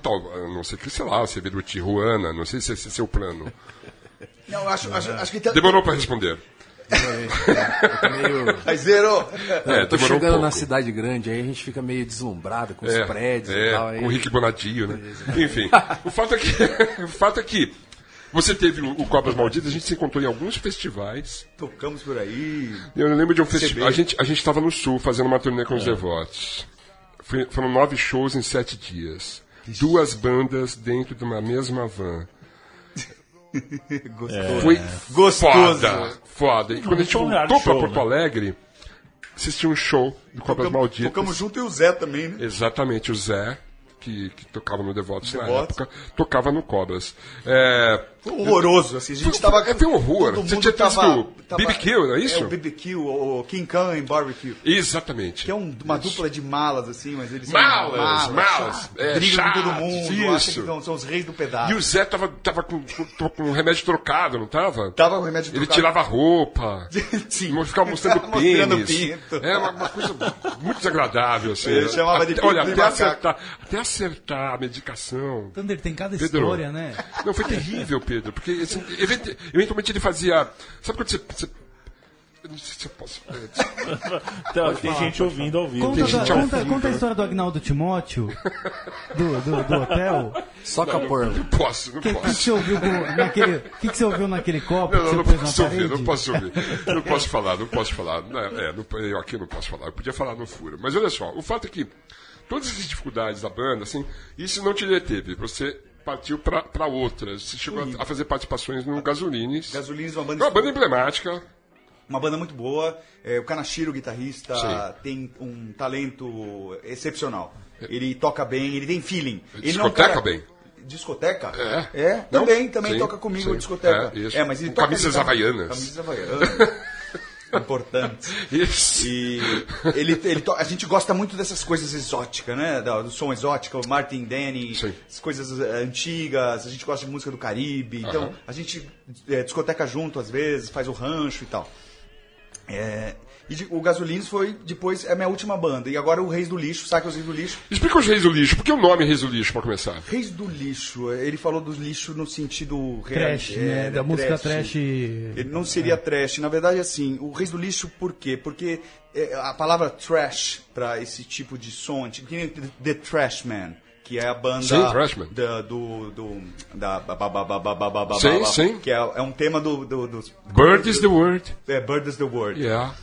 B: Tal, a não sei que, sei lá, você virou Tijuana, não sei se esse é seu plano.
D: Não, eu acho,
B: É.
D: acho, acho que. Tá...
B: Demorou pra responder.
E: Eu tô meio-
D: Raizeiro!
B: É,
E: tô
B: demorou um
E: chegando
B: pouco.
E: na cidade grande, aí a gente fica meio deslumbrado com os prédios
B: é,
E: e tal. Aí...
B: Com o Rick Bonadio, né? Enfim, o fato é que, o fato é que você teve o, o Cobras Malditas, a gente se encontrou em alguns festivais.
D: Tocamos por aí.
B: Eu lembro de um
D: CB.
B: festival. A gente, a gente tava no Sul fazendo uma turnê
E: É.
B: com os devotos. Foi- foram nove shows em sete dias. Duas bandas dentro de uma mesma van.
D: Gostoso.
B: Foi
D: Gostoso.
B: É. foda. Foda. E quando a gente
C: foi um reality
B: voltou pra
C: show,
B: Porto
C: né?
B: Alegre, assistiu um show do Cobras
D: Tocamos,
B: Malditas.
D: tocamos junto e o Zé também, né?
B: Exatamente, o Zé, que, que tocava no Devotos na
D: Devotos.
B: época, tocava no Cobras. É,
D: Foi horroroso, assim, a gente tava...
B: é, foi um horror.
D: todo
B: Você
D: mundo
B: tinha visto
D: tava-
B: o BBQ, não é isso?
D: É, o BBQ, o o King Khan e Barbecue.
B: exatamente.
D: Que é um- uma dupla de malas, assim, mas eles
B: Malas,
D: são
B: malas, é,
D: brigam com todo
B: chatos,
D: mundo, acham
B: isso.
D: que são, são os reis do
B: E
D: pedaço.
B: o Zé tava, tava com, com, com um remédio trocado, não tava?
D: Tava com o remédio
B: Ele
D: trocado.
B: tirava a roupa,
D: Sim.
B: mo- ficava mostrando
D: Mostrando
B: pênis.
D: pinto.
B: É uma, uma coisa muito desagradável, assim.
D: Ele
B: né?
D: chamava de
B: Até-
D: pinto
B: Olha,
D: de
B: até
D: macaco.
B: acertar, até acertar a medicação.
F: Thunder tem cada
B: Pedro.
F: história, né?
B: Não, foi terrível, Pedro, porque assim, event- eventualmente ele fazia. Sabe quando você. você- eu não sei se eu posso. é,
C: Então, tem gente ouvindo ao vivo.
F: Conta, da-
B: gente ao
F: conta-
B: vivo,
F: conta a
B: né?
F: história do Agnaldo Timóteo, do, do, do hotel.
E: Só capor.
B: Não posso, não
F: O que, que
B: posso.
F: você ouviu com- naquele, que, que você ouviu naquele copo
B: Não,
F: que
B: não, não
F: você pôs
B: posso
F: na
B: ouvir,
F: parede?
B: não posso ouvir. Não posso falar, não posso falar. Não, é, não, eu aqui não posso falar. Eu podia falar no furo. Mas olha só, o fato é que todas essas dificuldades da banda, assim, isso não te deteve. Você partiu pra, pra outra. Você chegou a, a fazer participações no Gasolines.
D: Gasolines, uma banda,
B: Uma banda emblemática.
D: uma banda muito boa. É, o Kanashiro, guitarrista,
B: Sim.
D: tem um talento excepcional. Ele toca bem, ele tem feeling. Ele não é um
B: Discoteca
D: cara-
B: bem.
D: Discoteca?
B: É. Não?
D: também, também
B: Sim,
D: toca comigo
B: sim.
D: discoteca.
B: É, isso.
D: mas ele
B: Com
D: toca
B: camisas
D: guitarra-
B: havaianas.
D: Camisas havaianas. Importante.
B: Isso.
D: E ele, ele to- a gente gosta muito dessas coisas exóticas, né? Da- Do som exótico, o Martin Denny,
B: Sim.
D: as coisas eh, antigas, a gente gosta de música do Caribe, então
B: Aham.
D: a gente eh, discoteca junto às vezes, faz o rancho e tal. É, e de- o Gasolins foi depois é a minha última banda, e agora o Reis do Lixo, saca os Reis do Lixo?
B: Explica os Reis do Lixo. Por que o nome é Reis do Lixo, pra começar?
D: Reis do Lixo, ele falou do lixo no sentido
F: Trash,
D: real-
F: né?
D: é,
F: Da música trash.
D: ele não
B: É.
D: seria trash. Na verdade, assim, o Reis do Lixo, por quê? Porque é, a palavra trash pra esse tipo de som, tipo, que nem The Trash Man, que é a banda
B: Sim, Freshman.
D: da, do, do da ba- ba- ba- ba- ba- ba- ba- ba-
B: Sim,
D: ba-
B: sim.
D: que é, é um tema do, do dos
B: Bird is the word.
D: é, Bird is the Word.
B: Yeah.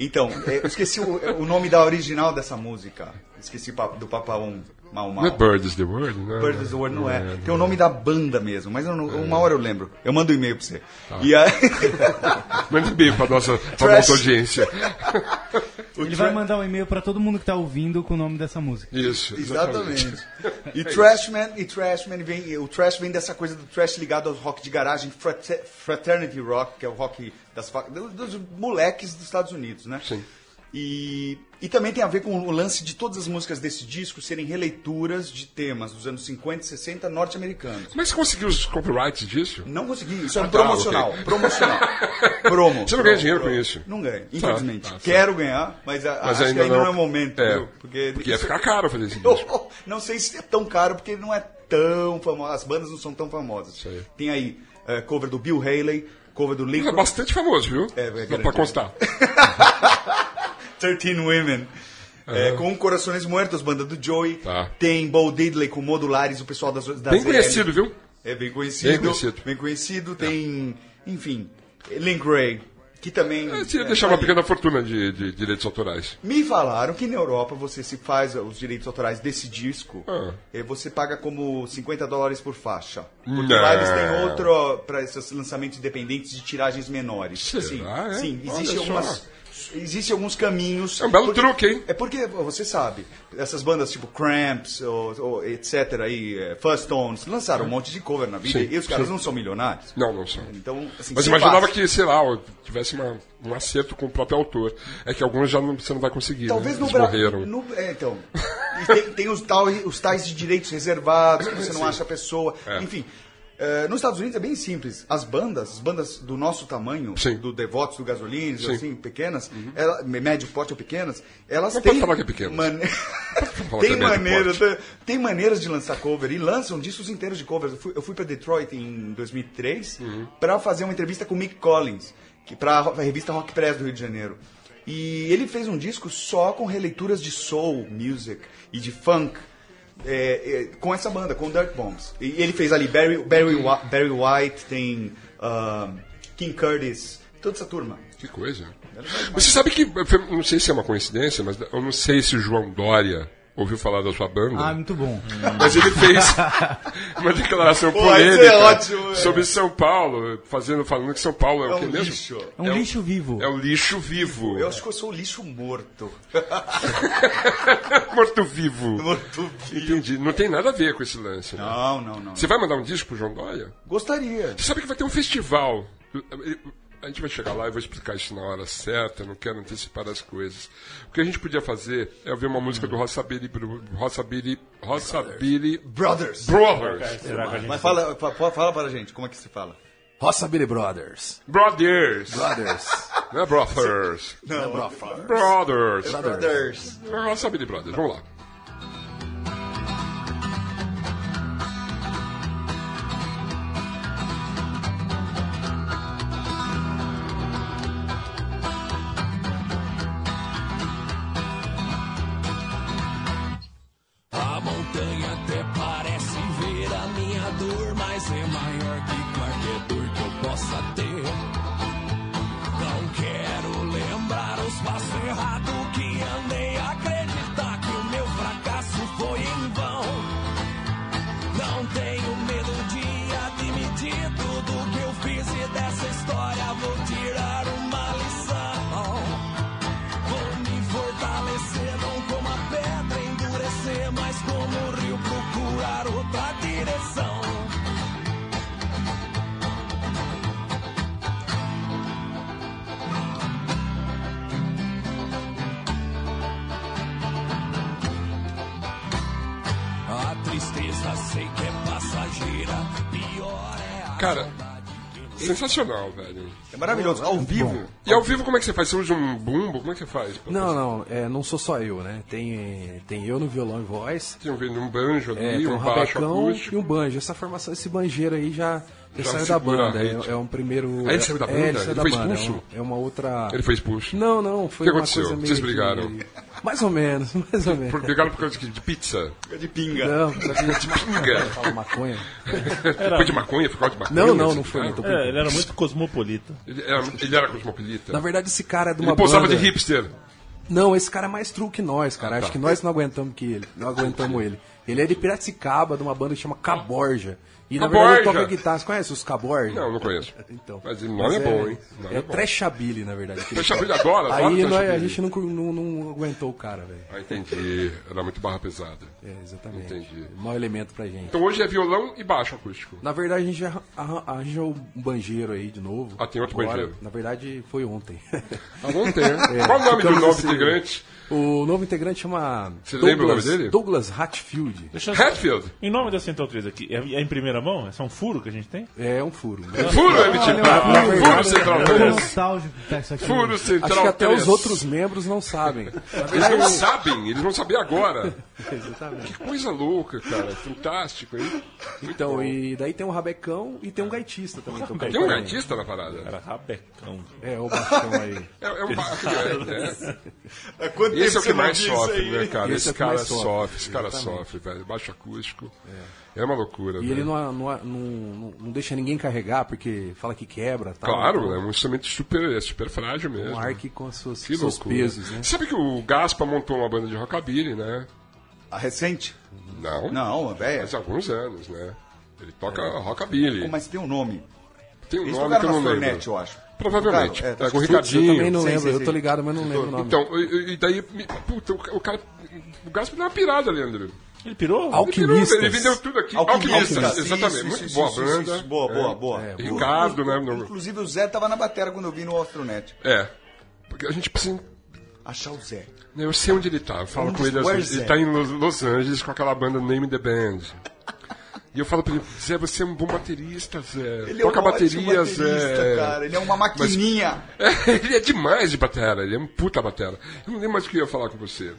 D: Então, é, eu esqueci o, o nome da original dessa música. Esqueci pa- do Papa um Mal Mal.
B: Não é Bird is the word, né?
D: Bird is the Word não é.
B: não É.
D: Tem o nome da banda mesmo, mas eu não- uma hora eu lembro. Eu mando um e-mail pra você.
B: Tá.
D: E aí,
B: Manda um beijo pra nossa, pra
D: Trash.
B: nossa audiência.
F: Ele vai mandar um e-mail pra todo mundo que tá ouvindo com o nome dessa música.
B: Isso.
D: Exatamente.
B: É
D: E Trashman, e Trashman vem, e o trash vem dessa coisa do trash ligado ao rock de garagem, frate- fraternity rock, que é o rock das fa- dos, dos moleques dos Estados Unidos, né?
B: Sim.
D: E, e também tem a ver com o lance de todas as músicas desse disco serem releituras de temas dos anos 50 e 60 norte-americanos.
B: Mas você conseguiu os copyrights disso?
D: Não consegui, isso é
B: Ah,
D: um
B: tá,
D: promocional,
B: ok.
D: promocional. Promo.
B: Você não ganha
D: promo,
B: dinheiro
D: promo.
B: com isso?
D: Não ganho, infelizmente.
B: tá, tá.
D: Quero ganhar, mas, a-
B: Mas
D: acho
B: ainda
D: que ainda
B: não.
D: não, é o momento,
B: É,
D: viu? Porque,
B: Porque ia
D: isso-
B: ficar caro fazer esse
D: eu
B: disco.
D: não sei se é tão caro, porque não é tão famoso. As bandas não são tão famosas.
B: aí.
D: Tem aí eh, cover do Bill Haley, cover do
B: Mas É
D: Lincoln,
B: bastante famoso, viu?
D: É, é
B: Só pra
D: grande.
B: constar.
D: 13 Women. eh, com Corações Muertos, banda do Joey.
B: Tá.
D: Tem Bo Diddley com Modulares, o pessoal das, das
B: Bem
D: ZL.
B: conhecido, viu?
D: É bem conhecido.
B: Bem conhecido. É.
D: Bem conhecido. Tem, enfim, Link Ray, que também...
B: É, Você ia
D: eh,
B: deixar
D: tá
B: uma
D: aí.
B: pequena fortuna de, de direitos autorais.
D: Me falaram que na Europa você se faz os direitos autorais desse disco,
B: Ah.
D: eh, você paga como 50 dólares por faixa. Porque
B: Não.
D: lá eles têm outro para esses lançamentos independentes de tiragens menores.
B: Será, é?
D: sim,
B: Olha
D: existem
B: só.
D: algumas existem alguns caminhos.
B: É um belo
D: porque-
B: truque, hein?
D: É porque você sabe, essas bandas tipo Cramps ou, ou etc aí, eh, Fuzz Tones, lançaram um monte de cover na vida
B: Sim,
D: e os caras
B: sim.
D: não são milionários.
B: Não, não são.
D: Então, assim,
B: Mas
D: se
B: imaginava
D: faz.
B: que, sei lá, eu tivesse uma- um acerto com o próprio autor. É que alguns já não, você não vai conseguir.
D: Talvez
B: né?
D: no
B: Eles
D: Brasil.
B: morreram.
D: é, então. E tem tem os, tal, os tais de direitos reservados, que você não acha a pessoa.
B: É.
D: Enfim. eh, nos Estados Unidos é bem simples. As bandas, as bandas do nosso tamanho,
B: Sim.
D: do Devotos, do Gasolines,
B: Sim. Uhum.
D: assim, pequenas, ela- médio porte ou pequenas, elas
B: Não
D: têm.
B: pode falar que é pequenas.
D: mane-
B: falar que é
D: tem,
B: médio
D: maneira,
B: porte.
D: tem, tem maneiras de lançar cover e lançam discos inteiros de covers. Eu fui, eu fui para Detroit em 2003
B: Uhum.
D: para fazer uma entrevista com o Mick Collins, que para a revista Rock Press do Rio de Janeiro. E ele fez um disco só com releituras de soul music e de funk. é, é, com essa banda, com Dirt Bombs. E ele fez ali Barry, Barry, Whi- Barry White, tem ah, King Curtis, toda essa turma.
B: Que coisa. Você sabe que, foi- não sei se é uma coincidência, mas eu não sei se o João Dória ouviu falar da sua banda,
F: Ah, muito bom.
B: mas ele fez uma declaração
D: Pô, aí
B: polêmica
D: isso é ótimo, é.
B: sobre São Paulo, fazendo, falando que São Paulo é,
D: É
B: o que
D: um
B: mesmo?
D: lixo.
F: É um
B: É um-
F: lixo vivo.
B: É um lixo vivo.
D: Eu acho que eu sou um lixo morto.
B: Morto-vivo.
D: morto vivo.
B: Entendi. Não tem nada a ver com esse lance. né?
D: Não, não, não.
B: Você vai mandar um disco pro João Dória?
D: Gostaria.
B: Você sabe que vai ter um festival. A gente vai chegar lá e vou explicar isso na hora certa, não quero antecipar as coisas. O que a gente podia fazer é ouvir uma música do Rossabili, Rossabili, Rossabili
D: Brothers.
B: Brothers.
C: Será que a gente
D: Mas fala, fa- fa- fala para gente, como é que se fala?
E: Roça Billy Brothers.
B: Brothers.
E: Brothers.
B: Não é Brothers.
E: Não, brofa.
B: Brothers.
D: Brothers.
B: Rossabili Brothers, vamos lá.
A: A montanha até parece ver a minha dor, mas é maior que qualquer dor que eu possa ter. Não quero lembrar os passos errados que andei, acreditar que o meu fracasso foi em vão. Não tenho medo de admitir tudo que eu fiz e dessa história vou tirar um uma lição. Vou me fortalecer, não como a pedra endurecer, mas como o rio procurar outra direção. A tristeza sei que é passageira, pior é a
B: Cara, sensacional, velho.
D: É maravilhoso, ao vivo.
B: E ao vivo, como é que você faz? Você usa um bumbo? Como é que você faz?
E: Não, não, é, não sou só eu, né? Tem, tem eu no violão e voz,
B: Tinha ouvido um banjo ali,
E: é, tem um
B: um baixo
E: rabecão e
B: acústico.
E: um banjo. Essa formação, esse banjeiro aí já, já
B: Já
E: saiu da
B: segura
E: banda.
B: a rede.
E: É, é um primeiro.
B: Ah, ele saiu da
E: É,
B: banda?
E: ele saiu
B: Ele
E: da
B: foi
E: banda.
B: expulso?
E: É, um- é uma outra.
B: Ele foi expulso.
E: Não, não, foi
B: O que
E: uma
B: aconteceu?
E: coisa meio.
B: Vocês brigaram?
E: que- Mais ou menos, mais ou menos.
B: Pegaram por causa de de pizza.
D: Fica de pinga.
E: Não, precisa
B: De pinga.
E: falar maconha.
B: Foi de maconha? Ficou de maconha?
E: Não, não,
B: esse
E: não foi.
B: cara?
E: Então,
C: É, ele era muito cosmopolita.
B: Ele era, ele era cosmopolita.
E: Na verdade, esse cara é de uma
B: ele posava
E: banda...
B: de Ah, tá. hipster.
E: Não, esse cara é mais true que nós, cara. Acho que nós não aguentamos que ele. Não aguentamos ele. Ele é de Piracicaba, de uma banda que chama Caborja. E na verdade ele
B: Caborja!
E: toca guitarra. Você conhece os Caborja?
B: Não, não conheço.
E: Então.
B: Mas o nome é bom, hein? O
E: É,
B: nome é
E: é
B: bom.
E: Treshabili, na verdade. que ele
B: Fecha a
E: toca.
B: brilha agora,
E: Aí
B: adoro
E: nós-
B: fecha
E: a
B: brilho.
E: gente não, cur- não- não aguentou o cara, velho.
B: Ah, entendi. Era muito barra pesada.
E: É, exatamente.
B: Entendi.
E: Mau elemento pra gente.
B: Então hoje é violão e baixo acústico.
E: Na verdade, a gente já arran- arranja o banjeiro aí de novo.
B: Ah, tem outro banjeiro.
E: Na verdade, foi ontem.
B: Há Tá bom tempo. Qual o nome do
E: ficamos
B: novo
E: assim.
B: integrante?
E: o novo integrante chama.
B: Você lembra o nome
E: Douglas-
B: dele?
E: Douglas Hatfield.
C: Deixa eu...
B: Hatfield.
C: Em nome da Central 3 aqui, é, é em primeira mão? É só um furo que a gente tem?
E: É um furo.
B: Furo, MT.
E: Ah,
B: Furo Central
F: Eu tô
B: 3.
F: nostálgico que tá isso aqui.
B: Furo Central
E: Acho que até
B: 3.
E: os outros membros não sabem. Na
B: Eles
E: verdade,
B: não sabem, eles vão saber agora.
E: Exatamente.
B: Coisa louca, cara. Fantástico, hein?
E: Então, e daí tem um rabecão e tem um gaitista também. tocando
B: Tem um
E: também.
B: artista na parada?
C: Era rabecão.
E: É, o baixão aí.
B: É, é um barra. É, é.
D: Há quanto
B: Esse é o
D: tempo você
B: que
D: não
B: mais
D: diz isso
B: sofre,
D: aí?
B: né, cara?
E: Esse
B: Esse,
E: é o que
B: cara
E: mais sofre,
B: sofre, esse cara
E: exatamente.
B: sofre, velho. Baixo acústico. É, uma loucura,
E: E
B: velho.
E: ele não, não, não, não deixa ninguém carregar porque fala que quebra. Tal,
B: Claro,
E: Então,
B: é um instrumento super, é super frágil mesmo.
E: Um arque com as suas,
B: que
E: seus
B: loucura.
E: pesos, né?
B: Sabe que o Gaspa montou uma banda de rockabilly, né?
D: A recente?
B: Não,
D: Não, a velha.
B: faz alguns anos, né? Ele toca rockabilly.
D: Mas tem um nome.
B: Tem um
D: Eles
B: nome que eu
D: tocaram
B: não
D: na
B: lembro.
D: Flornet, eu acho.
B: Provavelmente.
D: Tocaram, é,
B: é, com o
D: acho que-
E: Eu também
B: Ricardinho.
E: não
D: Sim,
E: lembro,
D: sim,
E: eu
D: sim.
E: tô ligado, mas não lembro o nome.
B: Então, e, e daí... me- Puta, o ca- o cara... O Gaspa deu uma pirada, Leandro.
C: Ele pirou?
E: Al-
B: Ele pirou, velho, Ele
E: Alquimistas.
B: vendeu tudo aqui.
D: Alquimistas,
B: Alquimistas, né? exatamente.
D: isso,
B: Muito
D: isso,
B: boa
D: isso,
B: banda.
D: isso, isso. Boa,
B: É.
D: boa, boa.
E: É,
B: boa. Ricardo, né, no-
D: Inclusive o Zé tava na batera quando eu vi no Astronet.
B: É. Porque a gente precisa...
D: Achar o Zé.
B: Eu sei onde ele tá. Eu falo
D: Onde-
B: com ele às
D: where's
B: vezes. Ele
D: that?
B: tá em Los, Los Angeles com aquela banda Name the Band. E eu falo pra ele, Zé, você é um bom baterista, Zé.
D: Ele
B: Toca
D: é um ótimo
B: bateria,
D: baterista,
B: Zé.
D: cara. Ele é uma maquininha.
B: É, ele é demais de batera, ele é um puta batera. Eu não lembro mais o que eu ia falar com você.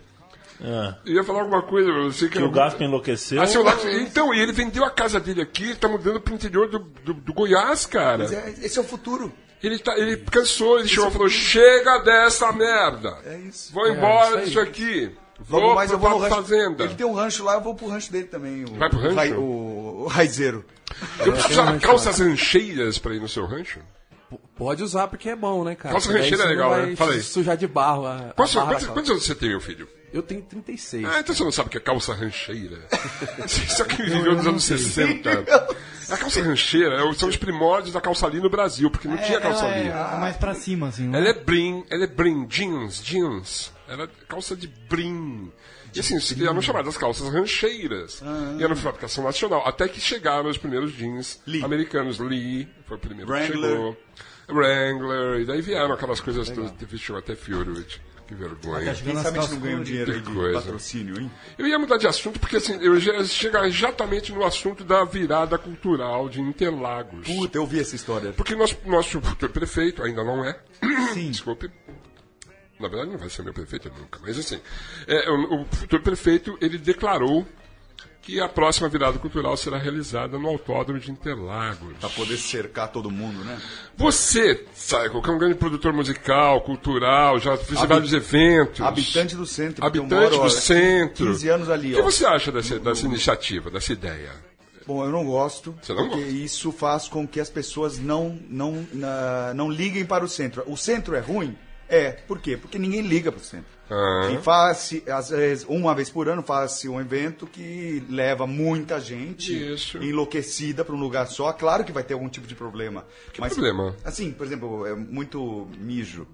C: Ah,
B: Eu ia falar alguma coisa pra você que
C: que
B: eu...
C: o Gaspa enlouqueceu.
B: Ah, seu Lato- Então, e ele vendeu a casa dele aqui, ele tá mudando pro interior do, do, do Goiás, cara.
D: Mas é- esse é o futuro.
B: Ele, tá, ele cansou, ele chegou e falou: chega dessa merda!
D: É isso.
B: Vou embora
E: isso aí.
B: disso aqui.
D: Logo
B: Vou
D: mais
B: pra
D: eu vou no rancho.
B: tá fazenda.
D: Ele tem um rancho lá, eu vou pro rancho dele também. O,
B: Vai pro rancho?
D: o rai- O, o raizeiro.
B: Eu preciso usar
E: um rancho
B: calças rancheiras pra ir no seu rancho?
E: P- Pode usar porque é bom, né, cara?
B: Calça
E: Porque daí
B: rancheira
E: você
B: é legal,
E: não vai
B: né? Fala aí.
E: su- Sujar de barro. A, a
B: Quantos,
E: barra
B: quantos-
E: da calça.
B: quantos anos você tem, meu filho?
E: Eu tenho 36.
B: Ah, então você não sabe o que é calça rancheira. Só quem viveu nos anos 60. A calça rancheira é o- são os primórdios da calça ali no Brasil, porque não tinha calça ali.
F: É mais pra cima, assim. né?
B: Ela é brim, ela é brim, jeans, jeans. Era calça de brim. E assim, se- eram chamadas calças rancheiras.
D: Ah.
B: E era uma fabricação nacional. Até que chegaram os primeiros jeans
D: Lee.
B: americanos. Lee foi o primeiro que
D: Wrangler.
B: chegou. Wrangler. E daí vieram aquelas coisas todas. Teve- Chegou até Fiorovich. Que vergonha.
F: Acho que é
D: Quem
F: nas
D: sabe a gente
F: calças
D: não ganha um
F: coloridas.
D: dinheiro aí
B: Que
D: de
B: coisa.
D: patrocínio, hein?
B: Eu ia mudar de assunto porque assim, eu já chegar exatamente no assunto da virada cultural de Interlagos.
D: Puta, eu vi essa história.
B: Porque nosso, nosso futuro prefeito ainda não é.
F: Sim.
B: Desculpe. Na verdade não vai ser meu prefeito nunca, mas assim. é, o, o futuro prefeito, ele declarou que a próxima virada cultural será realizada no Autódromo de Interlagos.
D: Pra poder cercar todo mundo, né?
B: Você, Saico, que é um grande produtor musical, cultural, já fez vários eventos.
D: Habitante do centro. porque eu
B: Habitante
D: moro,
B: do
D: ó,
B: centro.
D: 15 anos ali,
B: O que
D: ó.
B: você acha
D: Hum.
B: dessa, dessa iniciativa, dessa ideia?
D: Bom, eu não gosto,
B: Você não
D: porque
B: gosta?
D: isso faz com que as pessoas não, não, na- não liguem para o centro. O centro é ruim? É. Por quê? Porque ninguém liga para o centro.
B: Ah.
D: E faz-se, às vezes, uma vez por ano, faz-se um evento que leva muita gente
B: Isso.
D: enlouquecida para um lugar só. Claro que vai ter algum tipo de problema. Que
B: problema?
D: Assim, por exemplo, é muito mijo.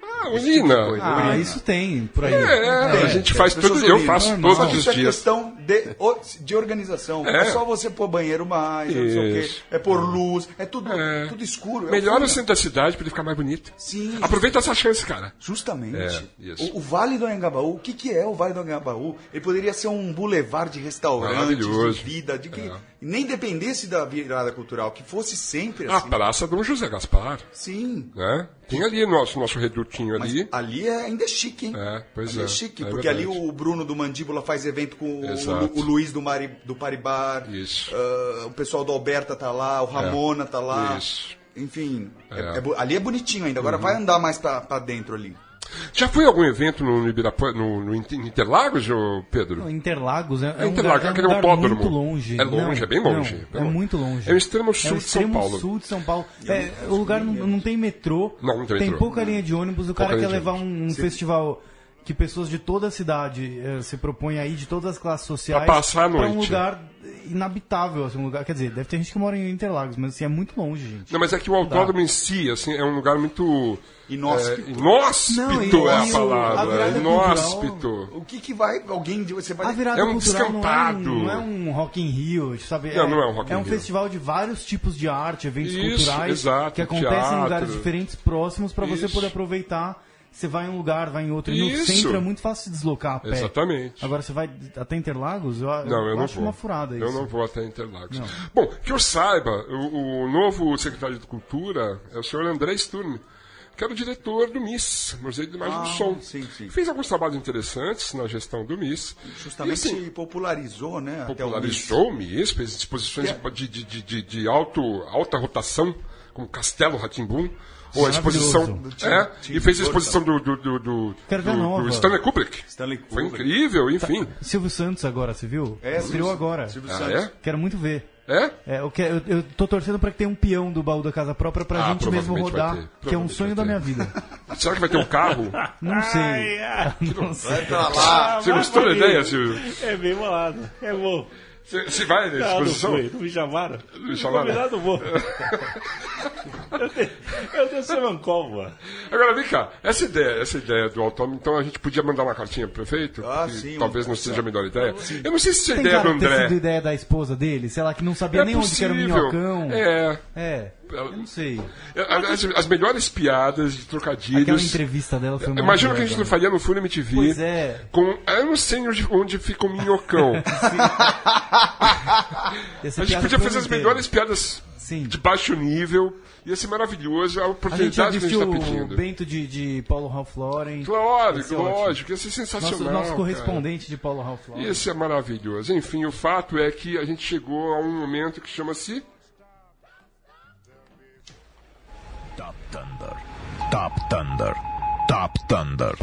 B: Ah,
D: tipo de
B: Unina.
D: coisa.
F: Ah,
D: Urina.
F: isso tem por aí.
B: é, é, a gente faz
D: pessoas
B: todo eu
D: urinam.
B: faço
F: Normal.
B: todos os
D: Isso é
B: dias.
D: questão de, o- de organização.
B: É.
D: É. só você pôr banheiro mais, não sei o quê.
B: Isso.
D: É pôr luz, é tudo,
B: É.
D: tudo
F: um
D: escuro. é
B: Melhora
D: horrível.
B: o centro da cidade pra ele ficar mais bonito.
D: Sim.
B: Aproveita essa chance, cara.
D: Justamente.
B: É, isso.
D: o, o Vale do Anhangabaú, o que, que é o Vale do Anhangabaú? Ele poderia ser um bulevar de restaurantes,
B: Maravilhoso.
D: de vida, de que
B: É.
D: nem dependesse da virada cultural, que fosse sempre
F: É
B: A
D: assim.
B: Praça Dom José Gaspar.
D: Sim.
B: Né? Tem ali nosso, nosso redutinho
D: Mas
B: ali.
D: ali é, ainda é chique, hein?
B: É, pois
D: ali
B: é.
D: é chique,
B: É
D: porque ali
B: verdade.
D: o Bruno do Mandíbula faz evento com o,
B: Exato.
D: Lu- o Luiz do, Mari, do Paribar.
B: Isso. É.
D: ah, o pessoal do Alberta tá lá, o Ramona tá lá.
B: Isso.
D: Enfim, é-
B: É. Uhum.
D: é bo- ali é bonitinho ainda. Agora vai andar mais pra, pra dentro ali.
B: Já foi algum evento no, Ibirapuera, no, no Inter- em Interlagos, ô, Pedro?
F: Interlagos é, é um
B: Interlagos,
F: lugar, é um
B: aquele
F: lugar
B: hipódromo.
F: muito longe.
B: É longe, é
F: Não,
B: bem
F: não,
B: longe,
F: é
B: pelo amor.
F: muito longe.
B: É o extremo sul
F: É o
B: de São
F: extremo
B: Paulo.
F: sul de São Paulo. É, o lugar não, não tem metrô,
B: Não, não tem metrô.
F: pouca linha de ônibus. O cara
B: Pouca
F: quer
B: linha de
F: levar um, um festival que pessoas de toda a cidade eh, se propõem aí, de todas as classes sociais,
B: Pra passar a
F: pra um
B: noite.
F: lugar inabitável. assim, um lugar, quer dizer, deve ter gente que mora em Interlagos, mas assim, é muito longe, gente.
B: Não, mas é que o
F: Tá.
B: autódromo em si, assim, é um lugar muito...
D: Inóspito.
B: É, inóspito
F: Não, e-
B: é
F: e
B: a
F: o- a
B: palavra.
F: virada
B: inóspito.
D: O que que vai. Alguém. de- Você vai.
F: A virada
B: É um
F: cultural não é, um,
B: descampado.
F: não é um Rock in Rio, sabe?
B: Não, não é um Rock in
F: um
B: Rio.
F: festival de vários tipos de arte, eventos
B: Isso,
F: culturais
B: exato,
F: que acontecem em
B: teatro.
F: lugares diferentes, próximos, pra você
B: Isso.
F: poder aproveitar. Você vai em um lugar, vai em outro. E no
B: Isso.
F: centro é muito fácil se deslocar a pé.
B: Exatamente.
F: Agora você vai até Interlagos? Eu,
B: Não, eu, não
F: acho
B: vou.
F: uma furada isso.
B: Eu não vou até Interlagos. Bom, que eu saiba, o, o novo secretário de Cultura é o senhor André Sturm, que era o diretor do MIS, Museu de Imagem
D: Ah,
B: do Som.
D: sim, sim.
B: Fez alguns trabalhos interessantes na gestão do MIS.
D: Justamente
B: E, assim,
D: popularizou, né? até o
B: popularizou o MIS, fez exposições de, de, de, de, de alto, alta rotação, como Castelo Ratimbum. Ou a exposição.
F: Maravilhoso.
B: É,
D: Tim
B: e fez a
D: Burton.
B: exposição do, do, do, do,
F: Quero ver a
B: do- do
F: nova.
B: Stanley Kubrick.
D: Stanley
B: Foi
D: Kubrick.
B: incrível, enfim.
F: Silvio Santos agora, você viu?
D: É, Silvio-
F: Estreou agora.
D: Silvio
B: Ah,
D: Santos.
B: é?
F: Quero muito ver.
B: É?
F: É, eu, que- eu- eu tô torcendo pra que tenha um peão do baú da casa própria pra
B: Ah,
F: gente mesmo
B: provavelmente vai ter.
F: rodar, que é um
B: Provavelmente
F: sonho da
B: vai
F: minha
B: ter.
F: vida.
B: Será que vai ter um carro?
F: Não sei. Não sei.
D: Vai pra lá.
B: Você gostou da ideia, Silvio?
C: tá É bem malado. É bom.
B: Você você vai nessa
C: Ah, Não, não
B: exposição?
C: fui. Não me chamaram.
B: me chamaram.
C: Combinado, eu vou. eu tenho, eu tenho semancol, mano.
B: Agora, vem cá, essa ideia, essa ideia do autônomo, então a gente podia mandar uma cartinha pro prefeito?
D: Ah,
B: que
D: sim,
B: Talvez
D: um-
B: não seja a melhor ideia. Eu não sei se essa
F: Tem
B: ideia do
F: cara de ter
B: André.
F: sido ideia da esposa dele, sei lá, que não sabia
B: É
F: nem
B: possível.
F: onde que era o minhocão.
B: É.
F: É, eu não sei.
B: As, as melhores piadas de trocadilhos.
F: Aquela entrevista dela foi muito
B: Imagina o que a
F: legal.
B: gente não faria no Full MTV.
F: Pois é.
B: Com, eu não sei onde, onde fica o minhocão.
F: Essa
B: a gente
F: piada
B: podia
F: foi
B: fazer as
F: inteira.
B: melhores piadas
F: Sim.
B: de baixo nível. Ia ser maravilhoso. É a
F: A gente já
B: oportunidade que a
F: vestiu
B: gente está
F: o
B: pedindo.
F: Bento de, de Paulo Ralph Lauren. Ia ser
B: Lógico,
F: é ótimo.
B: lógico. Ia ser
F: Nosso,
B: sensacional.
F: nosso
B: cara.
F: correspondente de Paulo Ralph Lauren.
B: Isso é maravilhoso. Enfim, o fato é que a gente chegou a um momento que chama-se.
A: Top Thunder. Top Thunder. Top Thunder.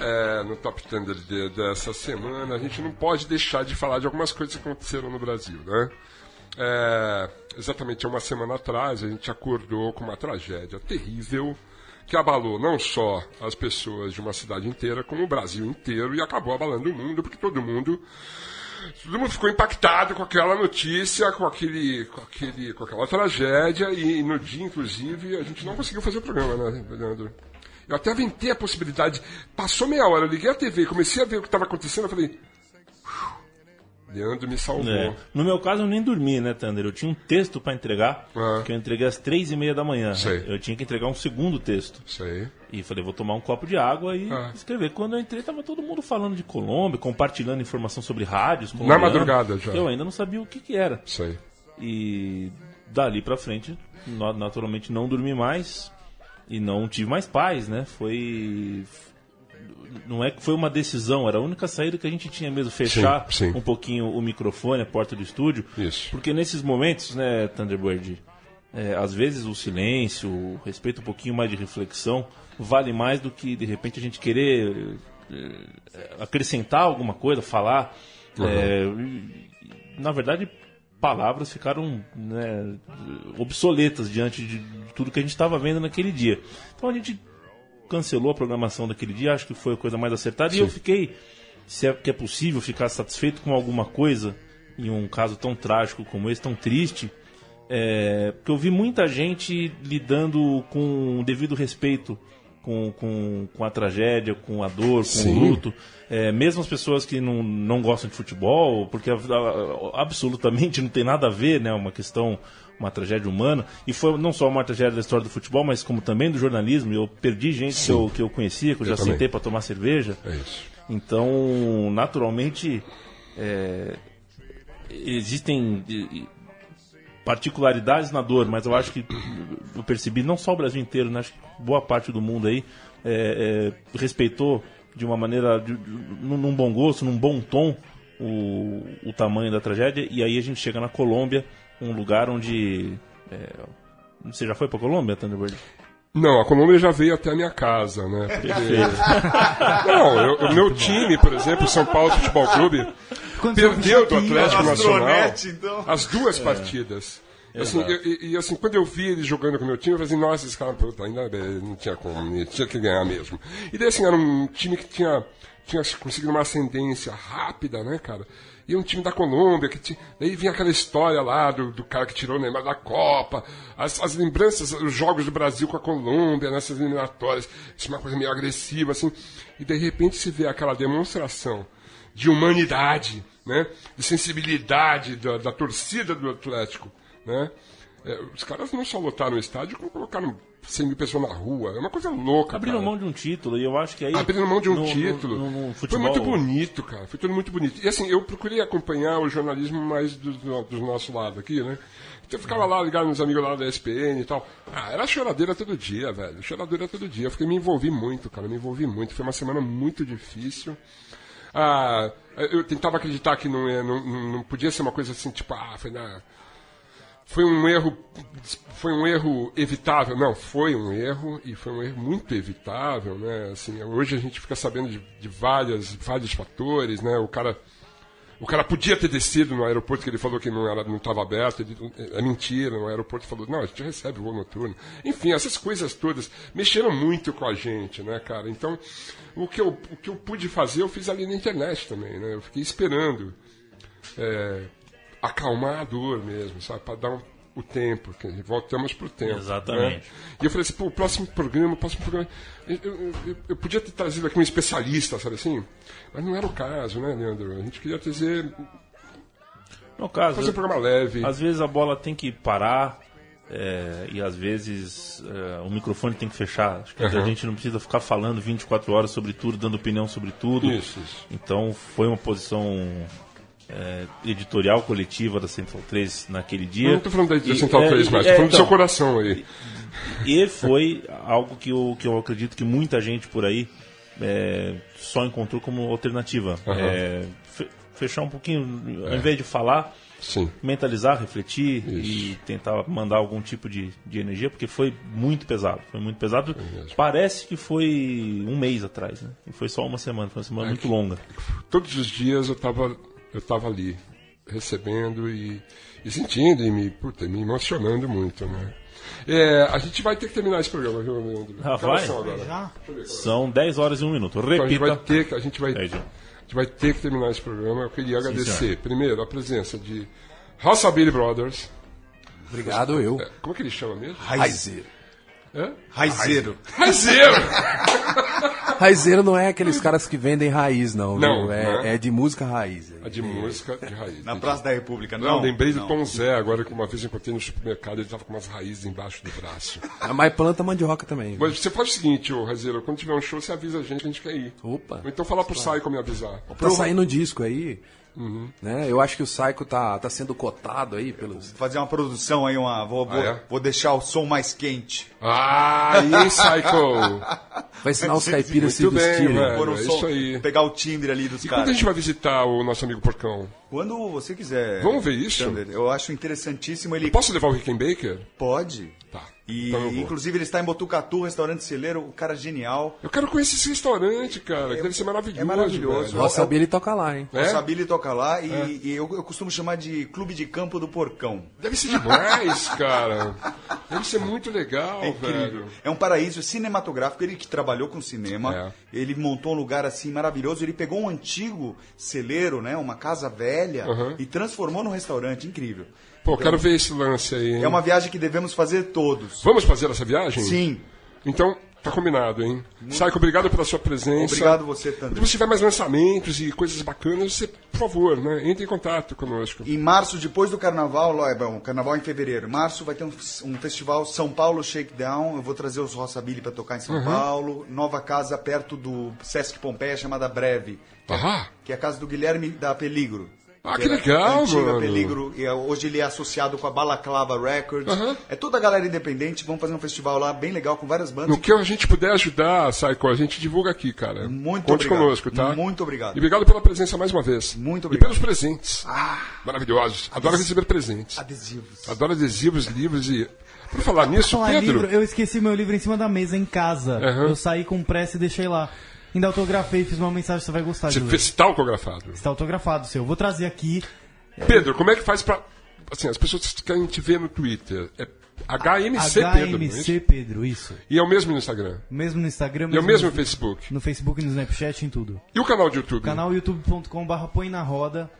B: É, no Top Thunder de- dessa semana, a gente não pode deixar de falar de algumas coisas que aconteceram no Brasil, né? É, exatamente há uma semana atrás, a gente acordou com uma tragédia terrível que abalou não só as pessoas de uma cidade inteira, como o Brasil inteiro, e acabou abalando o mundo, porque todo mundo todo mundo ficou impactado com aquela notícia, com, aquele, com, aquele, com aquela tragédia, e no dia, inclusive, a gente não conseguiu fazer o programa, né, Leandro? Eu até aventei a possibilidade. Passou meia hora, eu liguei a TV, comecei a ver o que estava acontecendo, eu falei. "Uf, Leandro me salvou.
C: É. No meu caso, eu nem dormi, né, Thunder? Eu tinha um texto pra entregar,
B: Ah.
C: que eu entreguei às três e meia da manhã.
B: Sei.
C: Eu tinha que entregar um segundo texto.
B: Isso aí.
C: E falei, vou tomar um copo de água e
B: Ah.
C: escrever. Quando eu entrei, tava todo mundo falando de Colômbia, compartilhando informação sobre rádios.
B: Na
C: colombianos.
B: madrugada já.
C: Eu ainda não sabia o que que era.
B: Isso aí.
C: E dali pra frente, na- naturalmente, não dormi mais e não tive mais paz, né? Foi. Não é que foi uma decisão, era a única saída que a gente tinha mesmo, fechar
B: sim.
C: um pouquinho o microfone, a porta do estúdio.
B: Isso.
C: Porque nesses momentos, né, Thunderbird, é, às vezes o silêncio, o respeito, um pouquinho mais de reflexão, vale mais do que de repente a gente querer eh, acrescentar alguma coisa, falar. É, e- e, na verdade, palavras ficaram né, obsoletas diante de tudo que a gente estava vendo naquele dia. Então a gente cancelou a programação daquele dia, acho que foi a coisa mais acertada. E eu fiquei, se é que é possível ficar satisfeito com alguma coisa, em um caso tão trágico como esse, tão triste, é, porque eu vi muita gente lidando com o devido respeito com, com, com a tragédia, com a dor, com
B: Sim.
C: o luto. É, mesmo as pessoas que não, não gostam de futebol, porque a- a- a- absolutamente não tem nada a ver, né? Uma questão, uma tragédia humana. E foi não só uma tragédia da história do futebol, mas como também do jornalismo. Eu perdi gente que eu, que eu conhecia, que eu, já
B: também.
C: sentei para tomar cerveja.
B: É isso.
C: Então, naturalmente, é, existem eh, particularidades na dor, mas eu acho que eu percebi, não só o Brasil inteiro, né, acho que boa parte do mundo aí eh, eh, respeitou de uma maneira, de- de- num num bom gosto, num bom tom, o, o tamanho da tragédia. E aí a gente chega na é, Colômbia, um lugar onde. eh, você já foi pra Colômbia, Thunderbird?
B: Não, a Colômbia já veio até a minha casa, né? Porque- Não, eu- o meu time, por exemplo, o São Paulo Futebol Clube,
F: Quando você
B: perdeu do
F: puxa aqui,
B: Atlético
D: ó,
B: Nacional
D: Astronete, então.
B: as duas
F: É.
B: partidas. Assim, eu- e, e assim, quando eu vi ele jogando com o meu time, eu falei assim, nossa, esse cara, puta, ainda bem, não tinha como, né? tinha que ganhar mesmo. E daí, assim, era um time que tinha, tinha conseguido uma ascendência rápida, né, cara? E um time da Colômbia, que tinha... Daí vinha aquela história lá do, do cara que tirou o Neymar da Copa, as, as lembranças, os jogos do Brasil com a Colômbia, nessas eliminatórias, isso é uma coisa meio agressiva, assim. E de repente se vê aquela demonstração de humanidade, né? de sensibilidade da, da torcida do Atlético. Né? É, os caras não só lotaram o estádio, como colocaram 100 mil pessoas na rua. É uma coisa louca.
C: Abriram
B: cara.
C: mão de um título e eu acho que aí.
B: Abrindo mão de um
C: no- no-
B: título.
C: no- no
B: Foi
C: futebol-
B: muito bonito, cara. Foi tudo muito bonito. E assim, eu procurei acompanhar o jornalismo mais do, do- do nosso lado aqui, né? Então eu ficava lá ligado nos amigos lá da ESPN e tal. Ah, era choradeira todo dia, velho. Choradeira todo dia. Eu fiquei, me envolvi muito, cara. Me envolvi muito. Foi uma semana muito difícil. Ah, eu tentava acreditar que não, ia- não, não não podia ser uma coisa assim, tipo, ah, foi na foi um erro foi um erro evitável não foi um erro e foi um erro muito evitável né assim hoje a gente fica sabendo de, de várias vários fatores né o cara o cara podia ter descido no aeroporto que ele falou que não era não estava aberto ele- é mentira o aeroporto falou não a gente recebe voo noturno enfim essas coisas todas mexeram muito com a gente né cara então o que eu o que eu pude fazer eu fiz ali na internet também né eu fiquei esperando é, acalmar a dor mesmo, sabe? Para dar um- o tempo, que voltamos pro tempo.
C: Exatamente.
B: né? E eu falei assim, pô, o próximo programa, o próximo programa. Eu, eu- eu- eu podia ter trazido aqui um especialista, sabe assim? Mas não era o caso, né, Leandro? A gente queria trazer,
C: No caso,
B: fazer um programa leve.
C: Às vezes a bola tem que parar é, e às vezes é, o microfone tem que fechar. Acho que a
B: Aham.
C: gente não precisa ficar falando 24 horas sobre tudo, dando opinião sobre tudo.
B: Isso, isso.
C: Então foi uma posição é, editorial coletiva da Central 3 naquele dia.
B: Eu não tô falando da, da
C: E-
B: Central
C: é,
B: 3 mais,
C: é,
B: tô falando do
C: então,
B: seu coração aí.
C: e foi algo que eu, que eu acredito que muita gente por aí é, só encontrou como alternativa.
B: Aham. É.
C: É, fe- fechar um pouquinho, ao invés de falar,
B: Sim.
C: mentalizar, refletir
B: Isso.
C: e tentar mandar algum tipo de, de energia, porque foi muito pesado. Foi muito pesado.
B: É
C: Parece que foi um mês atrás, né? E foi só uma semana, foi uma semana muito longa.
B: todos os dias eu estava eu tava ali recebendo e, e sentindo e me, puta, me emocionando muito, né? É, a gente vai ter que terminar esse programa, viu, Leandro?
C: Ah,
B: Que
C: vai?
B: horas são agora?
C: São 10 horas e 1 minuto.
B: Então, a gente vai
C: Repita.
B: ter que a gente vai,
C: É, Gil.
B: a gente vai ter que terminar esse programa. Eu queria agradecer primeiro a presença de Billy Brothers.
E: Obrigado, eu.
B: É, Como é que ele chama mesmo?
E: Raizeiro.
B: É?
D: Raizeiro.
B: Raizeiro!
E: Raizeiro não é aqueles caras que vendem raiz, não. viu?
B: Não,
E: é,
B: não é.
E: é de música raiz.
B: A de música de raiz.
D: Na Praça da República, não? é um?
B: Não, lembrei do
D: não.
B: Tom Zé, agora que uma vez eu encontrei no supermercado, ele tava com umas raízes embaixo do braço.
E: A mais Ah, planta mandioca também. viu?
B: Mas você faz o seguinte, ô Razeiro, quando tiver um show, você avisa a gente que a gente quer ir.
E: Opa.
B: Ou então fala pro Saiko me avisar.
E: Tá saindo um disco aí.
B: Uhum.
E: Né? Eu acho que o Psycho tá, tá sendo cotado aí pelos.
D: Vou Fazer uma produção aí, uma. Vou, vou,
B: Ah, é?
D: vou deixar o som mais quente.
B: Ah, aí, Saiko!
E: Vai ensinar os caipiras a se
B: Muito bem,
E: vestirem.
B: velho.
D: Pôr um
B: é
D: som,
B: isso aí.
D: pegar o timbre ali dos
B: E quando a
D: caras.
B: gente vai visitar o nosso amigo Porcão?
D: Quando você quiser.
B: Vamos ver isso?
D: Xander, eu acho interessantíssimo. Ele
B: Posso levar o Rickenbacker?
D: pode.
B: Tá.
D: E,
B: Então eu vou.
D: inclusive, ele está em Botucatu, restaurante celeiro, o cara é genial.
B: Eu quero conhecer esse restaurante, cara, que deve ser maravilhoso.
D: é maravilhoso.
B: velho.
E: Nossa, ele toca lá, hein?
B: É?
D: O Sabili toca lá e, e eu, eu costumo chamar de Clube de Campo do Porcão.
B: Deve ser demais, cara. Deve ser muito legal,
D: É incrível.
B: velho.
D: É um paraíso cinematográfico. Ele que trabalhou com cinema, ele montou um lugar assim maravilhoso. Ele pegou um antigo celeiro, né, uma casa velha,
B: Uhum.
D: e transformou num restaurante. Incrível.
B: Pô, quero ver esse lance aí. hein?
D: É uma viagem que devemos fazer todos.
B: Vamos fazer essa viagem?
D: Sim.
B: Então, tá combinado, hein? Saiko, obrigado pela sua presença.
D: Obrigado você, Tandro.
B: Quando você tiver mais lançamentos e coisas bacanas, você, por favor, né, entre em contato conosco.
D: Em março, depois do carnaval, lá, é bom, carnaval em fevereiro. Em março vai ter um, f- um festival São Paulo Shakedown. Eu vou trazer os Rossabilly para tocar em São Paulo. Nova casa perto do Sesc Pompeia chamada Breve,
B: Ah,
D: que é a casa do Guilherme da Peligro.
B: Ah, que
D: Era
B: legal,
D: antiga,
B: mano.
D: Peligro, e hoje ele é associado com a Balaclava Records.
B: Aham.
D: É toda a galera independente, vamos fazer um festival lá bem legal com várias bandas.
B: No que a gente puder ajudar, Saiko, a gente divulga aqui, cara.
D: Muito
B: Conte
D: obrigado.
B: conosco, tá?
D: Muito obrigado.
B: E obrigado pela presença mais uma vez.
D: Muito
B: E
D: obrigado. Ah.
B: pelos presentes. Maravilhosos. Adoro receber presentes.
D: Adesivos.
B: Adoro adesivos, livros e... Por
D: Ah,
B: falar nisso,
F: Falar
B: Pedro...
F: livro, eu esqueci meu livro em cima da mesa em casa.
B: Aham.
F: Eu saí com pressa e deixei lá. Ainda autografei, fiz uma mensagem, você vai gostar
B: Você
F: de ler.
B: fez tal autografado.
F: Está autografado seu. Eu vou trazer aqui.
B: Pedro, como é que faz pra... Assim, as pessoas querem te ver no Twitter. É HMC, Pedro. não é isso?
F: HMC Pedro, isso.
B: E é o mesmo no Instagram.
F: Mesmo no Instagram,
B: E é o mesmo no
F: no,
B: Facebook.
F: no Facebook, no Snapchat, em tudo.
B: E o canal de YouTube?
F: Canal youtube.com.br põe na roda.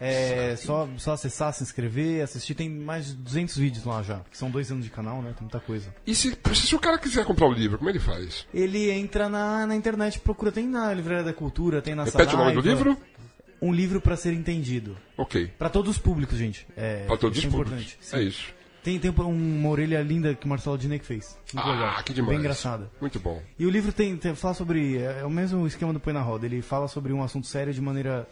F: É só, só acessar, se inscrever, assistir. Tem mais de 200 vídeos lá já. Que são dois anos de canal, né? Tem muita coisa.
B: E se, se o cara quiser comprar o livro, como ele faz?
F: Ele entra na, na internet, procura. Tem na Livraria da Cultura, tem na
B: Repete o nome do
F: Saraiva.
B: livro?
F: Um livro pra ser entendido.
B: Ok.
F: Pra todos os públicos, gente. É,
B: Pra todos os
F: isso é
B: públicos.
F: importante.
B: É isso.
F: Tem, tem uma orelha linda que o Marcelo Diné que fez. Muito
B: Ah,
F: legal.
B: que demais.
F: Bem engraçada.
B: Muito bom.
F: E o livro tem, tem fala sobre. É é o mesmo esquema do Põe na Roda. Ele fala sobre um assunto sério de maneira